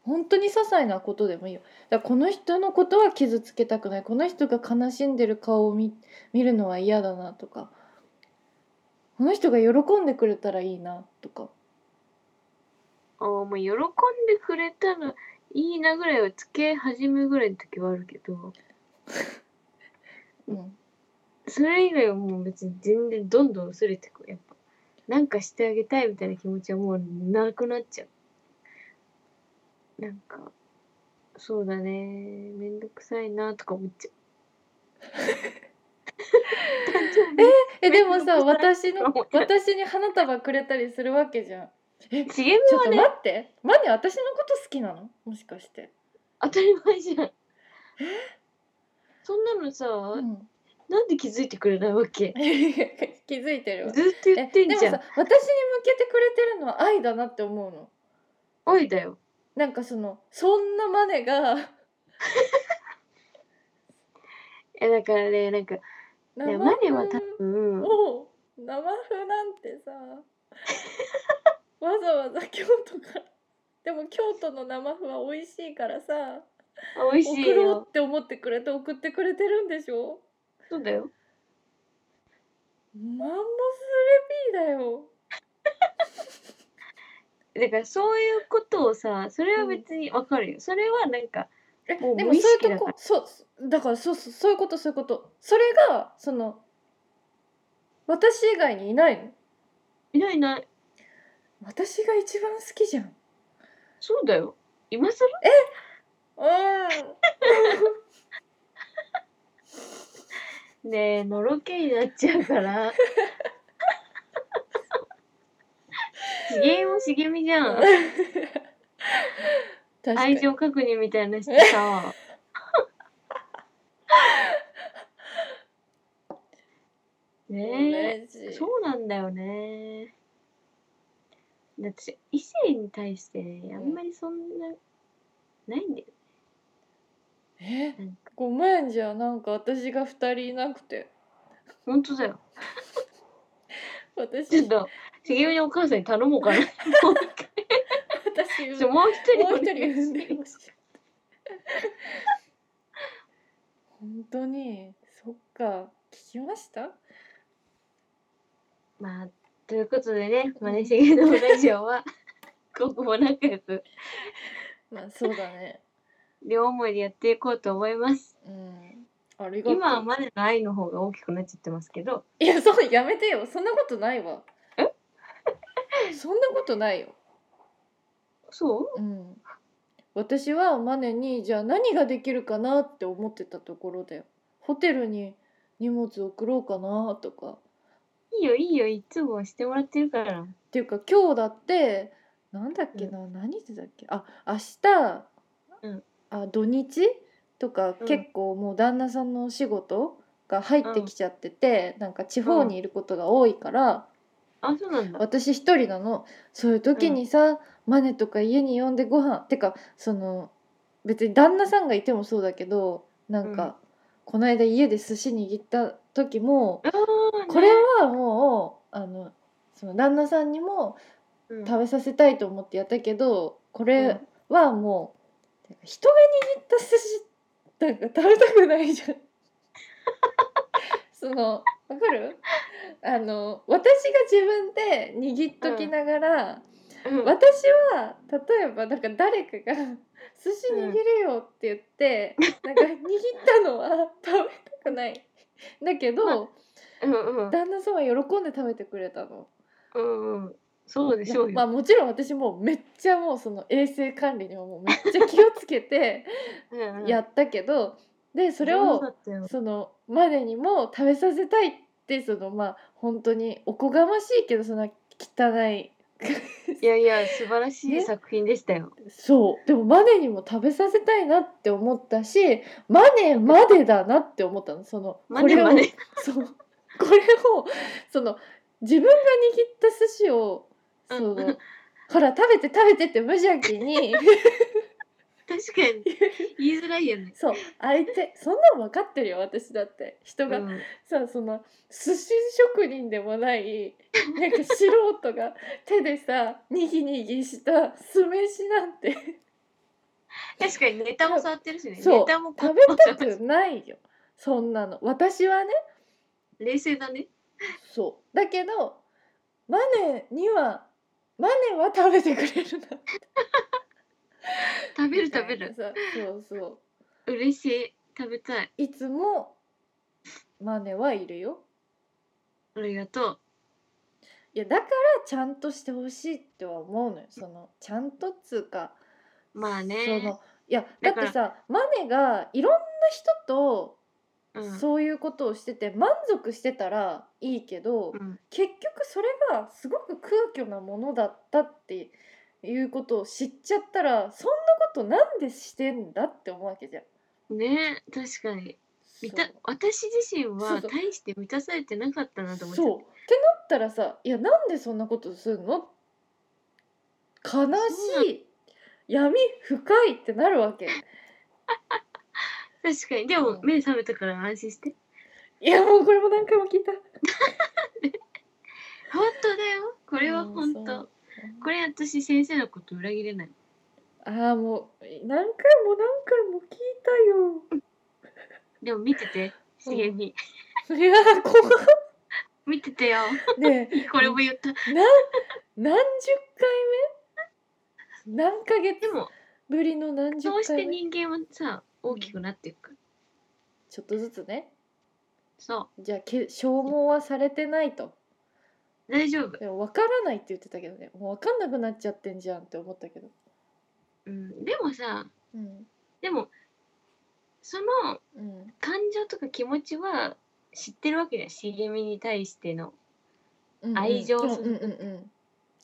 本当に些細なことでもいいよだからこの人のことは傷つけたくないこの人が悲しんでる顔を見見るのは嫌だなとかこの人が喜んでくれたらいいなとかあーもう喜んでくれたらいいなぐらいは付き合い始めぐらいの時はあるけどうんそれ以外はもう別に全然どんどん薄れてくやっぱなんかしてあげたいみたいな気持ちはもうなくなっちゃうなんかそうだねめんどくさいなとか思っちゃう誕生日 えでもさ面倒くさ私のと思って私に花束くれたりするわけじゃんえち茂みょっはとね待ってマネ私のこと好きなのもしかして、当たり前じゃんそんなのさ、うん なんで気づいてくれないわけ気づいてるわずっと言えってんでもじゃんさ私に向けてくれてるのは愛だなって思うのおいだよなんかそのそんなマネがえだからねなんかい生やマネは多分おう生風なんてさわざわざ京都からでも京都の生風は美味しいからさ美味しい送ろうよって思ってくれて送ってくれてるんでしょそうだよマンモスレピーだよだからそういうことをさそれは別にわかるよ、それはなんかえもうでも無意そういう識だかとこらそうだからそうそうそういうことそういうことそれがその私以外にいないのいないいない私が一番好きじゃんそうだよ今更ねえのろけになっちゃうから 茂も茂みじゃん確か愛に情確認みたいなして さねえ同じそうなんだよねだって私異性に対してねあんまりそんな、ないんだよえなんかごめんじゃあなんか私が2人いなくて本当だよ私ちょっと茂みのお母さんに頼もう かな私ちょもう一人もう一人お願い産んしてでほしい本当にそっか聞きましたまあということでねマネしげのラジオは今後も仲良くまあそうだね両思いでやっていこうと思いますうんありがとう今はマネの愛の方が大きくなっちゃってますけどいやそうやめてよそんなことないわそんなことないよそううん私はマネにじゃあ何ができるかなって思ってたところだよホテルに荷物送ろうかなとかいいよいいよいつもしてもらってるからっていうか今日だってなんだっけな、何時だっけあ明日、うんあ土日とかうん結構もう旦那さんのお仕事が入ってきちゃってて、なんか地方にいることが多いから、あそうなんだ私一人なのそういう時にさ、マネとか家に呼んでご飯てかその別に旦那さんがいてもそうだけどなんか、うんこの間家で寿司握った時もあーこれはもうあのその旦那さんにもうん食べさせたいと思ってやったけどこれはもう、てか人が握った寿司なんか食べたくないじゃん。 そのわかるあの私が自分で握っときながら、うん私は例えばなんか誰かが「寿司握れよ」って言って、なんか握ったのは食べたくない。だけど、うんうん旦那さんは喜んで食べてくれたの。うんうんそうでしょうよ、まあもちろん私もうめっちゃもうその衛生管理にはもうめっちゃ気をつけてうんうんやったけど、でそれそうだをったよそのまでにも食べさせたいってそのまあ本当におこがましいけどそんな汚いいやいや素晴らしいね作品でしたよ、そうでもマネにも食べさせたいなって思ったしマネまでだなって思ったのそのマネマネそうこれをその自分が握った寿司をその、うんほら食べて食べてって無邪気に確か に言いづらいよね、そう相手そんなん分かってるよ私だって人うが、ん、さその寿司職人でもないなんか素人が手でさにぎにぎした酢飯なんて確かにネタも触ってるしねそうネタも食べたくないよそんなの私はね冷静だねそうだけどマネにはマネは食べてくれるな食べる食べるさそうそう嬉しい食べたいいつもマネはいるよありがといやだからちゃんとしてほしいっては思うのよそのちゃんとっつうかうまあねそのいやだだっからてさマネがいろんな人とうんそういうことをしてて満足してたらいいけど、うん結局それがすごく空虚なものだったっていうことを知っちゃったらそんなことなんでしてんだって思うわけじゃん。ね確かに満た私自身そはうそう大して満たされてなかったなとそう思っちゃそうってなったらさ「いやなんでそんなことするの?」悲しい闇深いってなるわけ。う確かにでもうん目覚めたから安心していやもうこれも何回も聞いた。本当だよこれはうん本そ当うこれ私先生のこと裏切れないああもう何回も何回も聞いたよ。でも見てて茂み、いや怖っ見てて よねえこれも言った何十回目何ヶ月でもぶりの何十そうして回目人間はさ大きくなっていくから、ちょっとずつねそじゃあけ消耗はされてないとう大丈夫、でも分からないって言ってたけどねもう分かんなくなっちゃってんじゃんって思ったけどうん、でもさうんでもそのうん感情とか気持ちは知ってるわけじゃん茂みに対してのうん愛情うんうんうんうん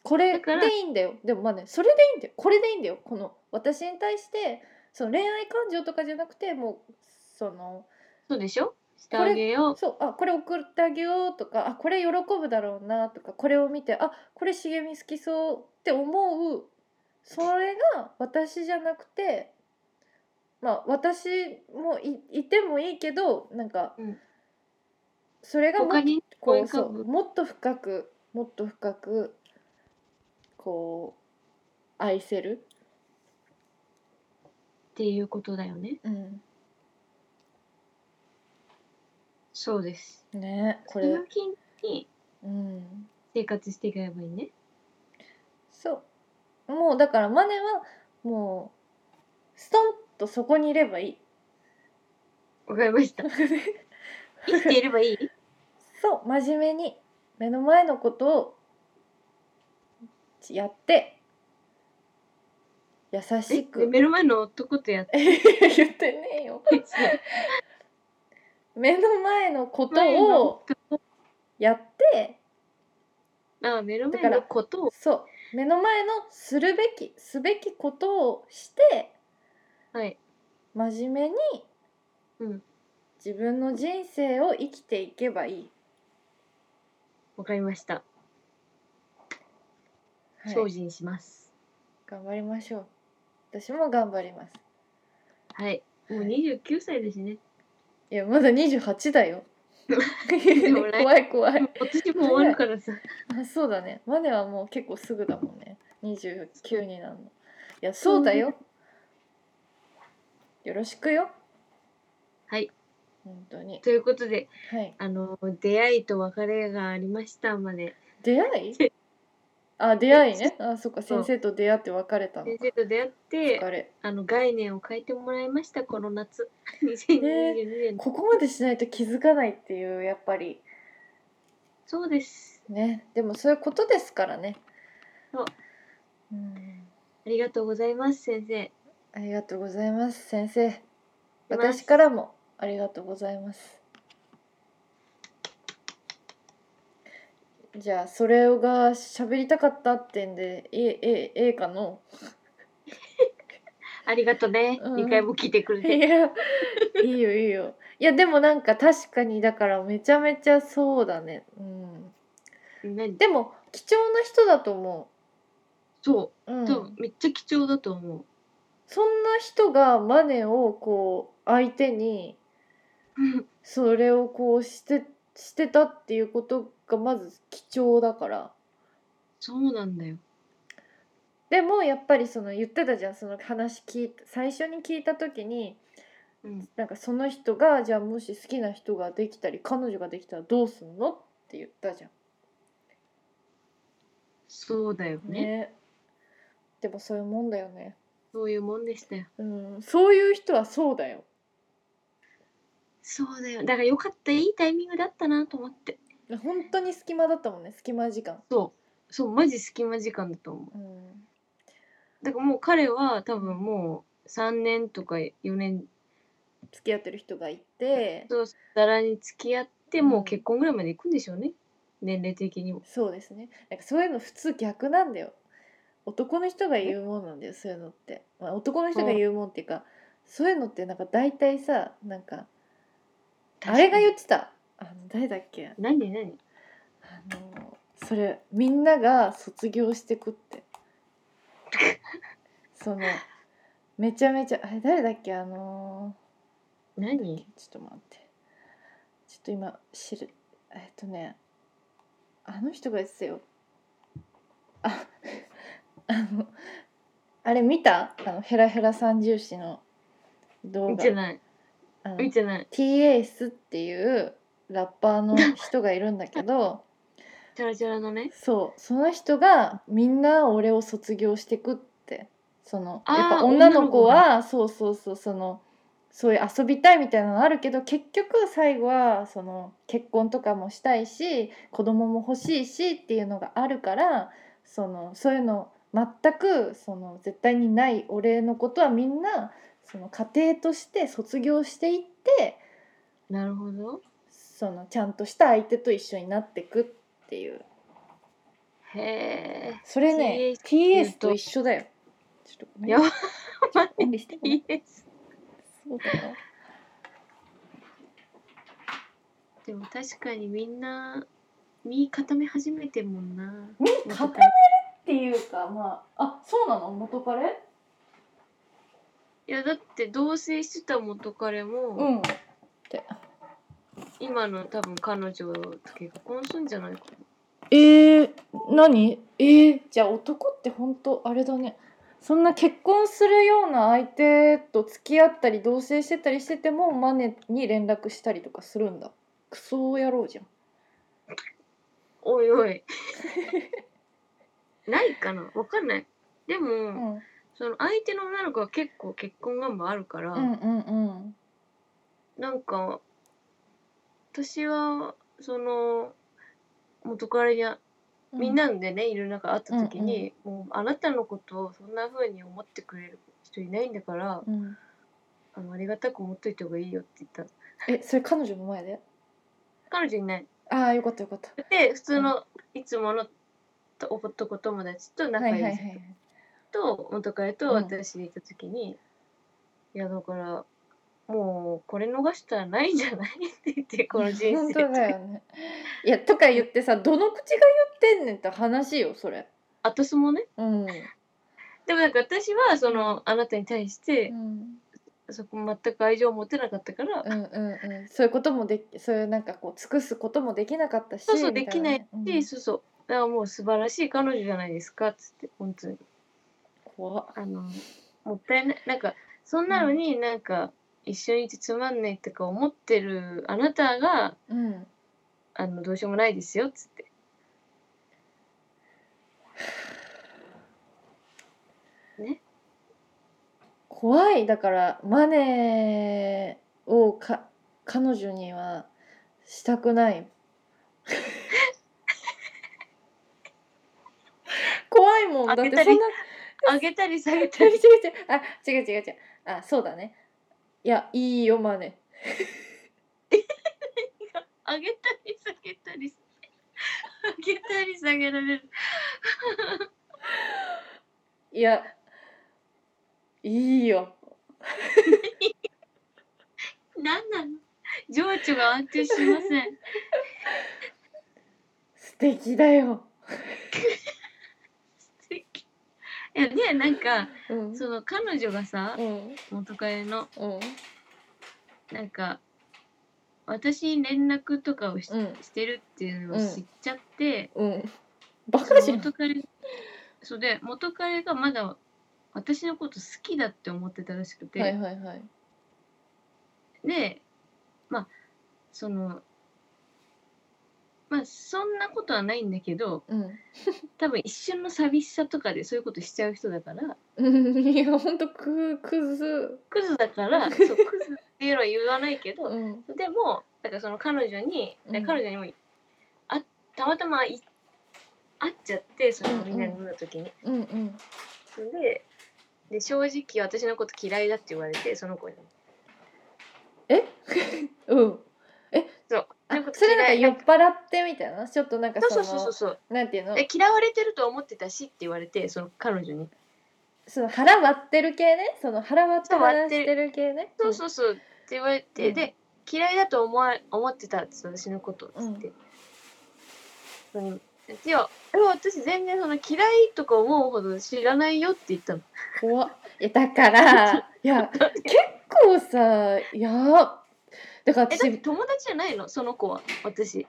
これだからでいいんだよでもまあねそれでいいんだよこれでいいんだよこの私に対してその恋愛感情とかじゃなくてもうそのそうでしょしてあげようそうあこれ送ってあげようとかあこれ喜ぶだろうなとかこれを見てあこれ茂み好きそうって思うそれが私じゃなくてまあ私もいいてもいいけどなんか、うんそれがも他っにここうういうそ感うもっと深くもっと深くこう愛せる、っていうことだよねうん、そうですねこそれれを、機にうん、生活していけばいいねそうもうだからマネはもうストンとそこにいれば いいわかりま した生きていればいいそう真面目に目の前のことをやって優しえく目の前の男とやって 言ってねえよ目の前のことをやってあ目のだ前からのことをそう目の前のするべきすべきことをしてはい真面目にうん自分の人生を生きていけばいい、わかりましたはい精進します頑張りましょう私も頑張りますはい、もう29歳ですねいやまだ28だよも来 怖い怖い私もう終わるからさあそうだねマネはもう結構すぐだもんね29になるのいやそうだよよろしくよ はい本当にということではいあの出会いと別れがありましたまで出会いあ出会いねあそっか先生と出会って別れたの先生と出会って別れあの概念を変えてもらいましたこの夏2022年の、ここまでしないと気づかないっていうやっぱりそうですねでもそういうことですからねそううんありがとうございます先生ありがとうございます先生ます私からもありがとうございますじゃあそれが喋りたかったってんでえええええかのありがとうね、うん二2回も聞いてくれいてやいいよいいよいやでもなんか確かにだからめちゃめちゃそうだねうん何でも貴重な人だと思、そううう、ん、多分めっちゃ貴重だと思そんな人がマネをこう相手にうそれをこうしてしてたっていうことがまず貴重だからそうなんだよでもやっぱりその言ってたじゃんその話聞い最初に聞いた時にうんなんかその人がじゃあもし好きな人ができたり彼女ができたらどうすんのって言ったじゃそうだよんねでもそういうもんだよねそういうもんでしたようんそういう人はそうだよそうだよだからよかったいいタイミングだったなと思って本当に隙間だったもんね隙間時間そうそうマジ隙間時間だと思ううんだからもう彼は多分もう3年とか4年付き合ってる人がいてとさらに付き合ってもうんう結婚ぐらいまで行くんでしょうね、年齢的にもそうですねなんかそういうの普通逆なんだよ男の人が言うもんなんだよそういうのって、まあ、男の人が言うもんっていうかそういうのってなんか大体さなんかあれが言ってたあの誰だっけ何何あのそれみんなが卒業してくって そのめちゃめちゃあれ誰だっけあの何ちょっと待ってちょっと今知るえっとねあの人が言ってたよああのあれ見たあのヘラヘラ三重視の動見画てないあの見てない TS っていうラッパーの人がいるんだけどチャラチャラのねそうその人がみんな俺を卒業してくってそのあーやっぱ女の子女はそうそうそうそのそういう遊びたいみたいなのあるけど結局最後はその結婚とかもしたいし子供も欲しいしっていうのがあるからそのそういうの全くその絶対にない俺のことはみんなその家庭として卒業していってなるほど。そのちゃんとした相手と一緒になってくっていうへ え。それね TS と一緒だよちょっとごめんやばちょっと勘弁していいです。そうだよでも確かにみんな身固め始めてんもんな。身固めるいっていうかまああそうなの元カレやだって同棲してた元彼も、うん今の多分彼女と結婚するんじゃないかな。えー、何えー、じゃあ男って本当あれだねそんな結婚するような相手と付き合ったり同棲してたりしててもマネに連絡したりとかするんだクソ野郎じゃんおいお い。ないかなわかんない。でも、うんうんその相手の女の子は結構結婚願望あるから、うんうんなんか私はその元彼にあうみんなでね、いる中会った時に、もうあなたのことをそんな風に思ってくれる人いないんだから、うんあのありがたく思っといた方がいいよって言ったのえそれ彼女の前で彼女いないああよかったよかったで普通のいつものと男友達と仲はいいはいいは人いと元彼とうん私でいた時に、いやだからもうこれ逃したらないんじゃないって言ってこの人本生当だよねいやとか言ってさどの口が言ってんねんって話よそれ私もねうん、うでもなんか私はそのあなたに対して、んそこ全く愛情を持てなかったから、うんうんうん、そういうこともできそういうなんかこう尽くすこともできなかったしそうそうでみたきないしね、うんでそうそうだからもう素晴らしい彼女じゃないですかっつって本当に怖っあのもったいないなんかそんなのになんか一緒にいてつまんないとか思ってるあなたがうんあのどうしようもないですよっつって 怖いだからマネーをか彼女にはしたくない 怖いもんだっあてげそたりんなあげたり下げた違うり違う違うあ違う違う違うあそうだねいやいいよマネあげたり下げたりあげたり下げられるいやいいよ何なの情緒が安定しません素敵だよ、素敵いやでなんかうん、その彼女がさうん元彼のうんなんか私に連絡とかをし,、うんしてるっていうのを知っちゃって、うん。バそカのじゃん。元彼そうで元彼がまだ私のこと好きだって思ってたらしくて、はいはいはい。でまあそのまあそんなことはないんだけどうん。多分一瞬の寂しさとかでそういうことしちゃう人だからうんいや本当くくず。クズだから そうクズっていうのは言わないけど、うん。でもだからその彼女に、でうん彼女にもあたまたまい会っちゃってそのみんなで飲んだ時に、うんうん。それでで正直私のこと嫌いだって言われてその子にえ？うん。そうあ私のことそれなんか嫌酔いっ払ってみたいな。ちょっとなんかそうそそのうそうそうそうなんていうの？え嫌われてると思ってたしって言われてその彼女に、その腹割ってる系ね。その腹割ってそう割っ話てるしてる系ね。そうそうそうって言われて、うんで嫌いだと思わ思ってたっつって私のことっつって、うん、いやでも私全然その嫌いとか思うほど知らないよって言ったの。うん。怖っ。いやだ からいや結構さいやだからえだっ私てい友達じゃないのその子は私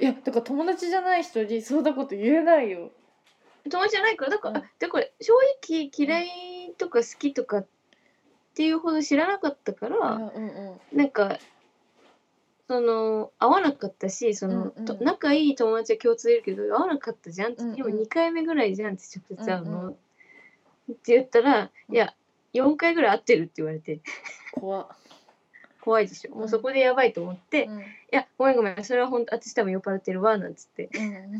やだから友達じゃない人にそんなこと言えないよ。友達じゃないからだから、うんだから正直嫌いとか好きとかっていうほど知らなかったかいやら、うんうん。なんかその合わなかったしその、うんうんと仲いい友達は共通いるけど合わなかったじゃんって、うんうん今2回目ぐらいじゃんって直接会うの、うんうんって言ったら、うんいや4回ぐらい会ってるって言われて怖っ。怖いでしょもうそこでやばいと思って「いうんやごめんごめんそれは本当私多分酔っ払ってるわ」なんつってうん。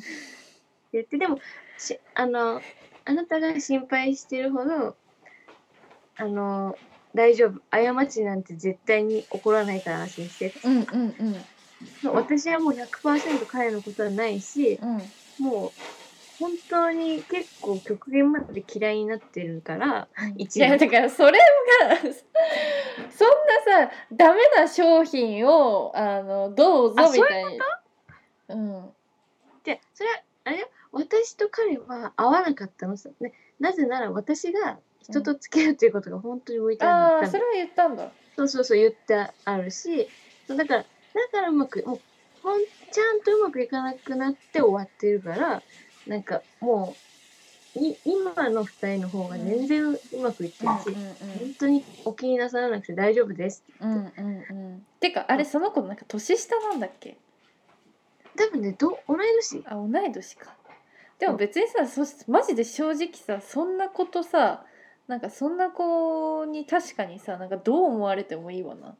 言ってでもしあのあなたが心配してるほどあの大丈夫過ちなんて絶対に起こらないから安心してうんうんうん私はもう100%彼のことはないしうんもう本当に結構極限まで嫌いになってるから一いや番だからそれがそんなさダメな商品をあのどうぞあみたいにうんでそれはあれよ私と彼は合わなかったのさ、ね、なぜなら私が人と付き合うということが本当に向いてなかああっそたれのは言ったんだそうそうそう言ってあるしそうだからだからうまくもうほんちゃんとうまくいかなくなって終わってるからなんかもうい今の二人の方が全然うまくいってるし、本当にお気になさらなくて大丈夫ですうんうんうんうんてかあれその子なんか年下なんだっけ多分ねど同い年あ同い年かでも別にさそしマジで正直さそんなことさなんかそんな子に確かにさなんかどう思われてもいいわな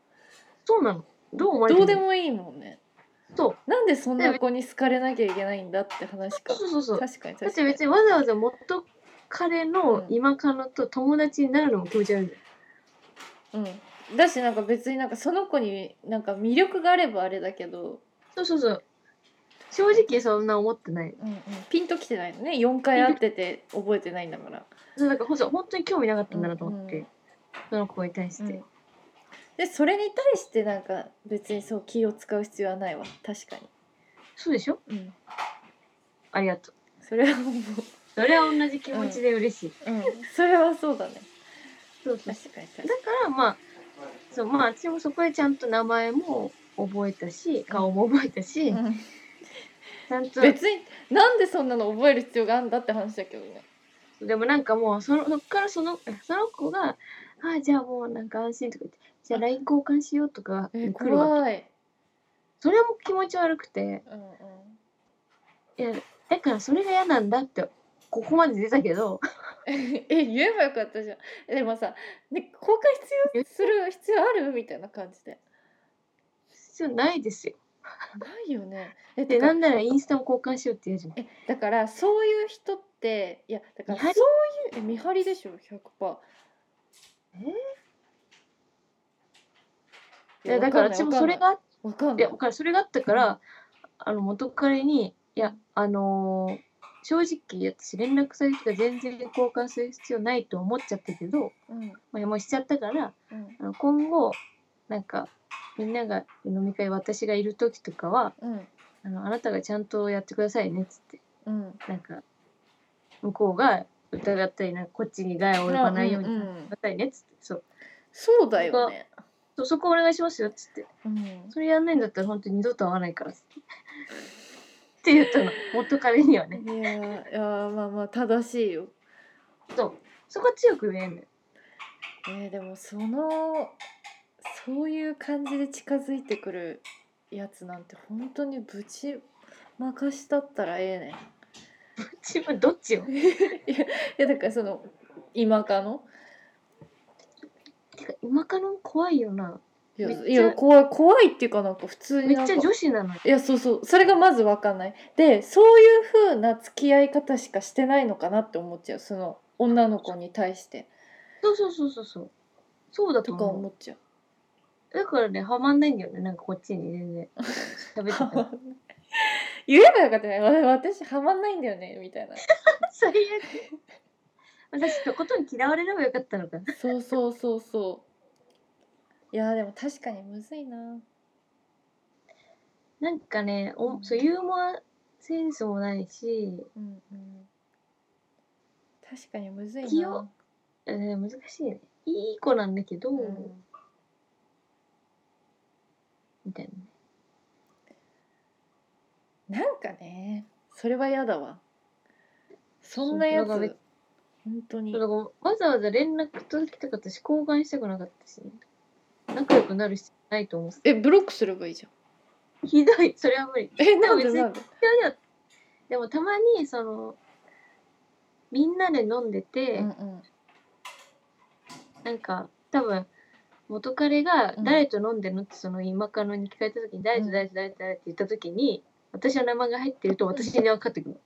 そうなのどう思われてどるうでもいいもんねそうなんでそんな子に好かれなきゃいけないんだって話かそうそうそう確かにだっ確かてに別にわざわざ元彼の今彼のと友達になるのも気持ち悪いじうん、だしなんか別になんかその子になんか魅力があればあれだけど、ゃんそうそうそう正直そんな思ってないうんうん、ピンときてないのね4回会ってて覚えてないんだから。そうだからほんと本当に興味なかったんだなと思って、うんうんその子に対して、うんでそれに対してなんか別にそう気を使う必要はないわ確かそうでしょに、うん、ありがとうそれはもう、それは同じ気持ちで嬉しい、うん、それはそうだねそうそうだ確かに確かからまあそうまあ私もそこでちゃんと名前も覚えたし顔も覚えたし、に、うんちゃんと別になんでそんなの覚える必要があるんだって話だけどねでもなんかもうそのそっからそのその子が「ああじゃあもうなんか安心」とか言って「じゃあ LINE 交換しよう」とかえ来るわけ怖い、それも気持ち悪くてうんうん、いやだからそれが嫌なんだってここまで出たけど え言えばよかったじゃんえでもさ、ね、公開必要する必要あるみたいな感じで必要ないですよないよねえてでかなんならインスタも交換しようって言うじゃんえだからそういう人っていやだから見そう張いりうえ見張りでしょ100%いやだからわ私んもないそれがあっわかんいないやだからそれがあったからあの元彼に「いやあのー正直私連絡先とか全然交換する必要ないと思っちゃったけど、うんまあ、もうしちゃったからうんあの今後なんかみんなが飲み会私がいる時とかはうんあのあなたがちゃんとやってくださいね」っつって。うんなんか向こうが疑ったりなんかこっちに害を及ばないようにんくんださいねっつって、そうそうだよねそうそこお願いしますよっつってうんそれやんないんだったら本当に二度と会わないから っつってって言ったの元彼にはねいやーいやーまあまあ正しいよそうそこは強く言えんのよえー、でもそのそういう感じで近づいてくるやつなんて本当にぶちまかしたったらえ自分どっちをえねんいやいやだからその今かのてか今からも怖いよないやめっちゃいや怖い怖いっていうかなんか普通めにっなんちかゃ女子なのよいやそうそうそれがまず分かんないでそういう風な付き合い方しかしてないのかなって思っちゃうその女の子に対してそうそうそうそうそうそうだととか思思っちゃううだからねハマんないんだよねなんかこっちに全然喋ってたら 言えばよかったねわ私ハマんないんだよねみたいな最悪私とことん嫌われればよかったのかなそうそうそうそう。いやーでも確かにむずいな。なんかね、うおんそうユーモアセンスもないし、うんうん。確かにむずい器な用。えー難しいね。いい子なんだけど、うんみたいなね。なんかね、それは嫌だわ。そんなやつそうなんか本当にそう。だからわざわざ連絡取りたかったし、交換したくなかったし、仲良くなる必要ないと思えブロックすればいいじゃん。う。ひどい、それは無理。えなんで別になんで。いやいやでもたまに、その、みんなで飲んでて、うんうんなんか、多分、元彼がうん誰と飲んでるのってその今カノに聞かれた時に誰うとん誰と誰と誰って言った時に私の名前が入ってると私に分かってくる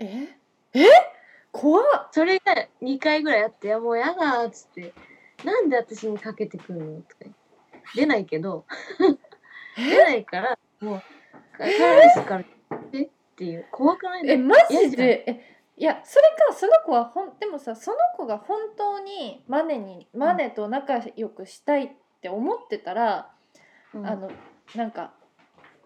ええ怖っ。それが2回ぐらいあって、いやもうやだーっつって、なんで私にかけてくるの?」とか言って出ないけど出ないからもう「カラレスからえっていう怖くないえマジでえいやそれかその子はほんでもさその子が本当にマネにマネと仲良くしたいって思ってたら、うんあのなんか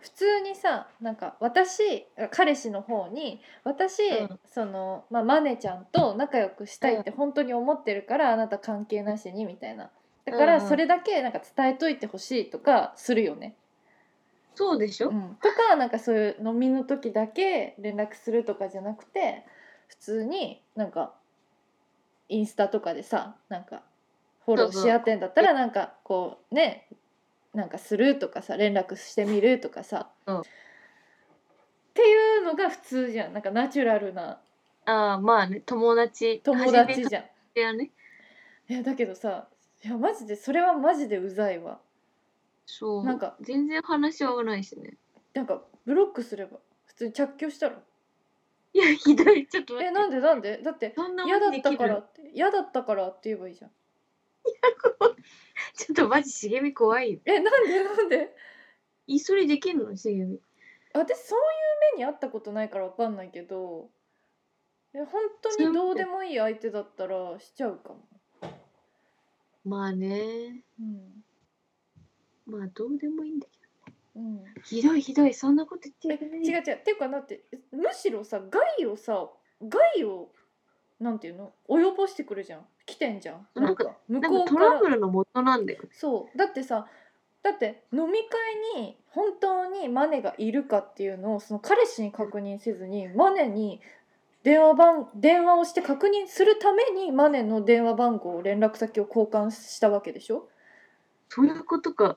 普通にさなんか私彼氏の方に私、うんその、まあ、マネちゃんと仲良くしたいって本当に思ってるから、あなた関係なしにみたいなだかうんらうんそれだけなんか伝えといてほしいとかするよね、そうでしょ、うんとかなんかそういう飲みの時だけ連絡するとかじゃなくて普通になんかインスタとかでさなんかフォローし合ってんだったらなんかこうねなんかするとかさ連絡してみるとかさ、うんっていうのが普通じゃんなんかナチュラルなああまあね友達友達じゃん。ゃねいやだけどさいやマジでそれはマジでうざいわそうなんか全然話合わないしねなんかブロックすれば普通に着去したらいやひどいちょっと待えってなんでなんでだってそんな嫌だことっでたきからるって嫌だったからって言えばいいじゃんちょっとマジ茂み怖いよえなんでなんでいそれできんの茂み私そういう目に遭ったことないからわかんないけどえ本当にどうでもいい相手だったらしちゃうかも、まあねうんまあどうでもいいんだけうん、どひどいひどいそんなこと言ってえる違う違うっていうかだってえむしろさ害をさ害をなんていうの及ぼしてくるじゃん来てんじゃんなんか向なんこかうトからラブルの元なんだよねそうだってさだって飲み会に本当にマネがいるかっていうのをその彼氏に確認せずにマネに電話番電話をして確認するためにマネの電話番号連絡先を交換したわけでしょそういうことか、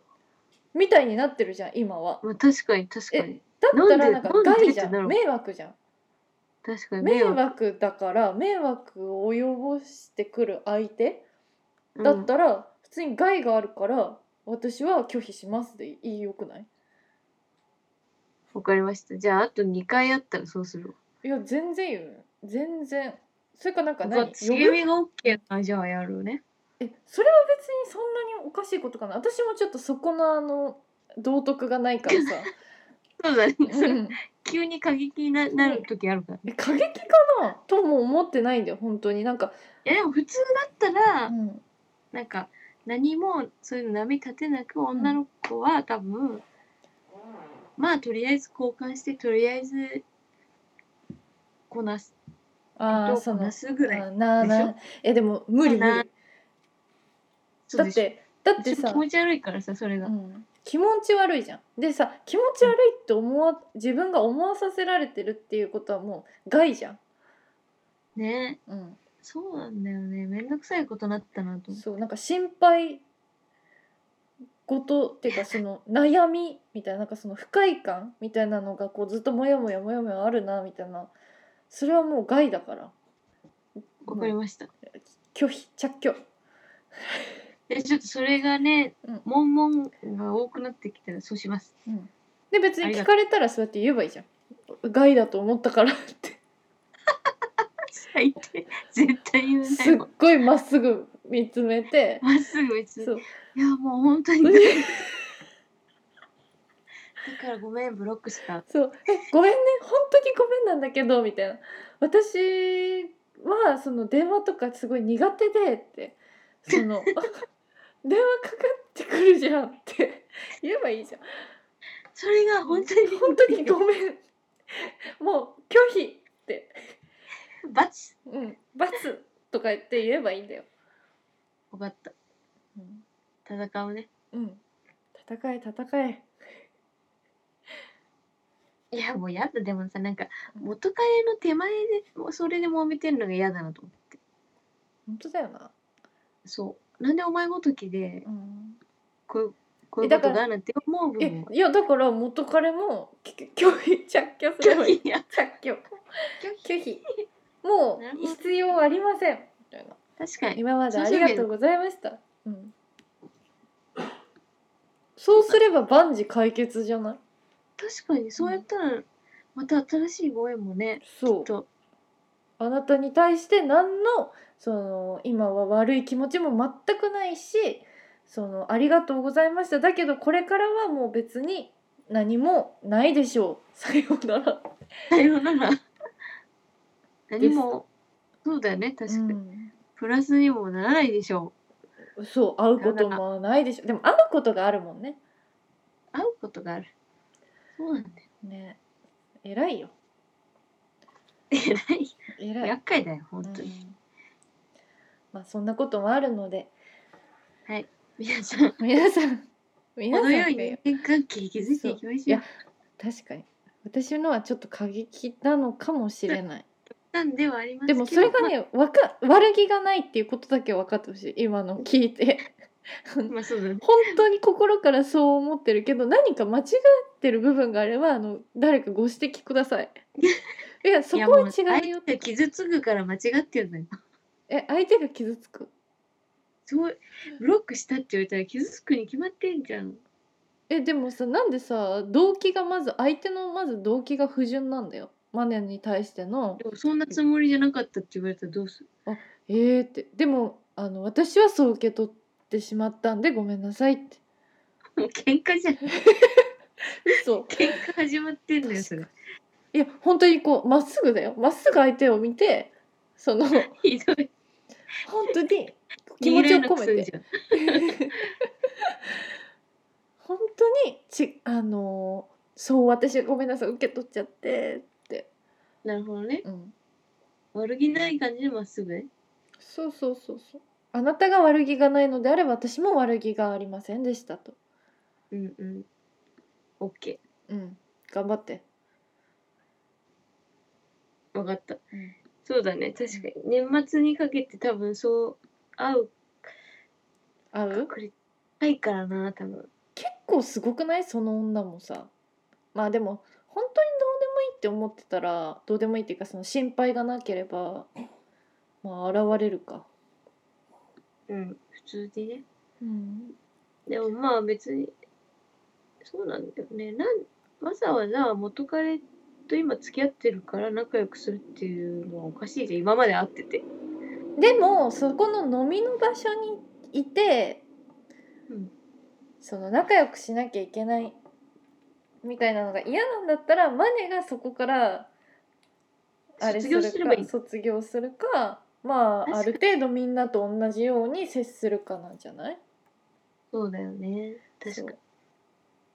みたいになってるじゃん今はまあ、確かに確かにだっなたらんでなんかなんで害じゃってなるん迷惑じゃん確かに迷惑だから迷惑を及ぼしてくる相手うんだったら普通に害があるから私は拒否しますでいいよくないわかりましたじゃああと2回あったらそうするわいや全然よ全然それかなんかなん何か呼ぶ茂みが OK ならじゃあやるねえそれは別にそんなにおかしいことかな私もちょっとそこのあの道徳がないからさ、そうだね、そうれん、急に過激にななる時あるからね、え過激かなとも思ってないんだよ本当になんか、いやでも普通だったら、うん、なんか何もそういうの波立てなく女の子は多分、まあとりあえず交換してとりあえずこなすあどあうそこのなすぐらいあなあなあえでも無理無なあな理そうだでっしょてだってちょっとさ気持ち悪いからさそれが、うん気持ち悪いじゃんでさ気持ち悪いって思わ自分が思わさせられてるっていうことはもう害じゃん、ねうん、そうなんだよねめんどくさいことなったなと思ってそうなんか心配事っていうかその悩みみたいななんかその不快感みたいなのがこうずっとモヤモヤモヤモヤあるなみたいなそれはもう害だからわかりました、拒否着拒でちょっとそれがね、うんもん、モンモンが多くなってきたらそうしますで別に聞かれたらそうやって言えばいいじゃん害だと思ったからって 最低絶対言えなすっいわごいまっすぐ見つめてまっすぐ別にそういやもう本当にだからごめんブロックしたそう「えごめんね本当にごめんなんだけど」みたいな「私はその電話とかすごい苦手で」ってその 電話かかってくるじゃんって言えばいいじゃんそれが本当に本当にごめんもう拒否ってバチ「うん罰」とか言って言えばいいんだよ。分かったうん、戦うねうん、戦え戦えいやもうやだでもさなんか元カレの手前でもうそれで揉めてるのが嫌だなと思って本当だよな。そうなんでお前ごときでうんこうこういうことがあるなんて思う分えもいやだから元彼もき拒否着拒すればいい拒否や着拒拒否もなるほうど必要ありませんみたいな確かに今までありがとうございました、うん、 そうすれば万事解決じゃない確かにそうやったらまた新しいご縁もね そうとあなたに対して何のその今は悪い気持ちも全くないしその「ありがとうございました」だけどこれからはもう別に何もないでしょう さようなら。さようなら。何も、そうだよね、確かに。プラスにもならないでしょうんそう会うこともないでしょでも会うことがあるもんね。う。会うことがある。そうなんだよ。 ね偉いよえらい。偉い。厄介だよ、本当うに。んまあそんなこともあるので皆さん、こ皆さん皆さのんようがに人間関係築いていきましょうや。確かに私のはちょっと過激なのかもしれないなんではありますけでどもそれが、ねわか悪気がないっていうことだけ分かってほしい今の聞いて まあまあそうだね。本当に心からそう思ってるけど何か間違ってる部分があればあの誰かご指摘くださ いいやそこは違うよいやもう相手が傷つくから間違ってるのよ。え相手が傷つくそうブロックしたって言われたら傷つくに決まってんじゃん。えでもさなんでさ動機がまず相手のまず動機が不純なんだよマネに対してのでもそんなつもりじゃなかったって言われたらどうするえー、ってでもあの私はそう受け取ってしまったんでごめんなさいってもう喧嘩じゃん。嘘喧嘩始まってんのよ、それ。いや本当にこうまっすぐだよまっすぐ相手を見て その本ひどい。当に気持ちを込逃げられなくすめて んじゃん。本当にちあのーそう私ごめんなさい受け取っちゃってって、なるほどね。うん、悪気ない感じでまっすぐね。そうそうそうそうあなたが悪気がないのであれば私も悪気がありませんでしたと、うんうん。オッケうん、頑張って、ー。わかった。うんそうだね。確かに。年末にかけて多分そう会う合う確率高いからな、多分。結構すごくないその女もさまあでも本当にどうでもいいって思ってたらどうでもいいっていうかその心配がなければまあ現れるか、うん。普通にね。うん、でもまあ別に、そうなんだよね。なん、わざわざ元彼と今付き合ってるから仲良くするっていうのはおかしいじゃん。今まで会ってて。でもそこの飲みの場所にいて、うんその仲良くしなきゃいけないみたいなのが嫌なんだったらマネがそこからあれす卒業るすればいかい。卒業するかまああ確る程度みんなと同じように接するかなんじゃないそうだよね。確かに。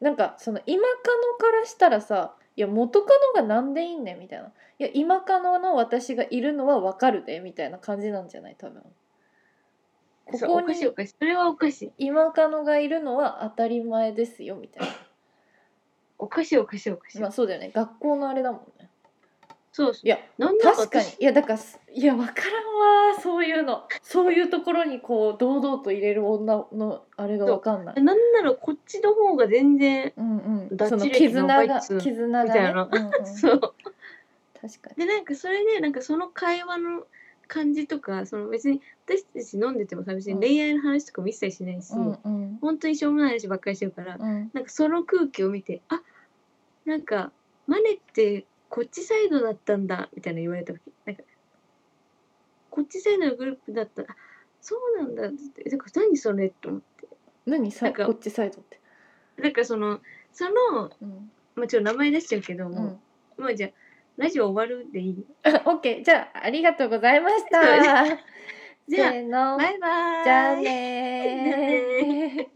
なんかその今カノからしたらさ「いや元カノがなんでいいんねん」みたいな「いや今カノの私がいるのはわかるで」みたいな感じなんじゃない多分こそうこおかしいおにかしい。それはおかしい。今カノがいるのは当たり前ですよみた いおかしいおかしいおかしい。なまあそうだよね学校のあれだもんねそうそう。いやなんだ確かに私いやだからすいや分からんわそういうのそういうところにこう堂々と入れる女のあれが分かんないなんならこっちの方が全然、うんうんダそのッチ歴の絆若がいっつう絆みがたねい なうんうん確そう。かでになんかそれでなんかその会話の感じとかその別に私たち飲んでてもさ別うにん恋愛の話とかも一切しないし、うんうん本当にしょうもない話ばっかりしてるからうんなんかその空気を見てあなんかマネってこっちサイドだったんだみたいな言われた時なんかこっちサイドのグループだったあそうなんだってだから何それって思って何さなんかこっちサイドって。なんかそのそのうん。まあちょっと名前出しちゃうけどう もん、う、もうじゃあラジオ終わるでいいオッケーじゃあありがとうございま した。そうせーの。バイバーイじじゃゃああねねー。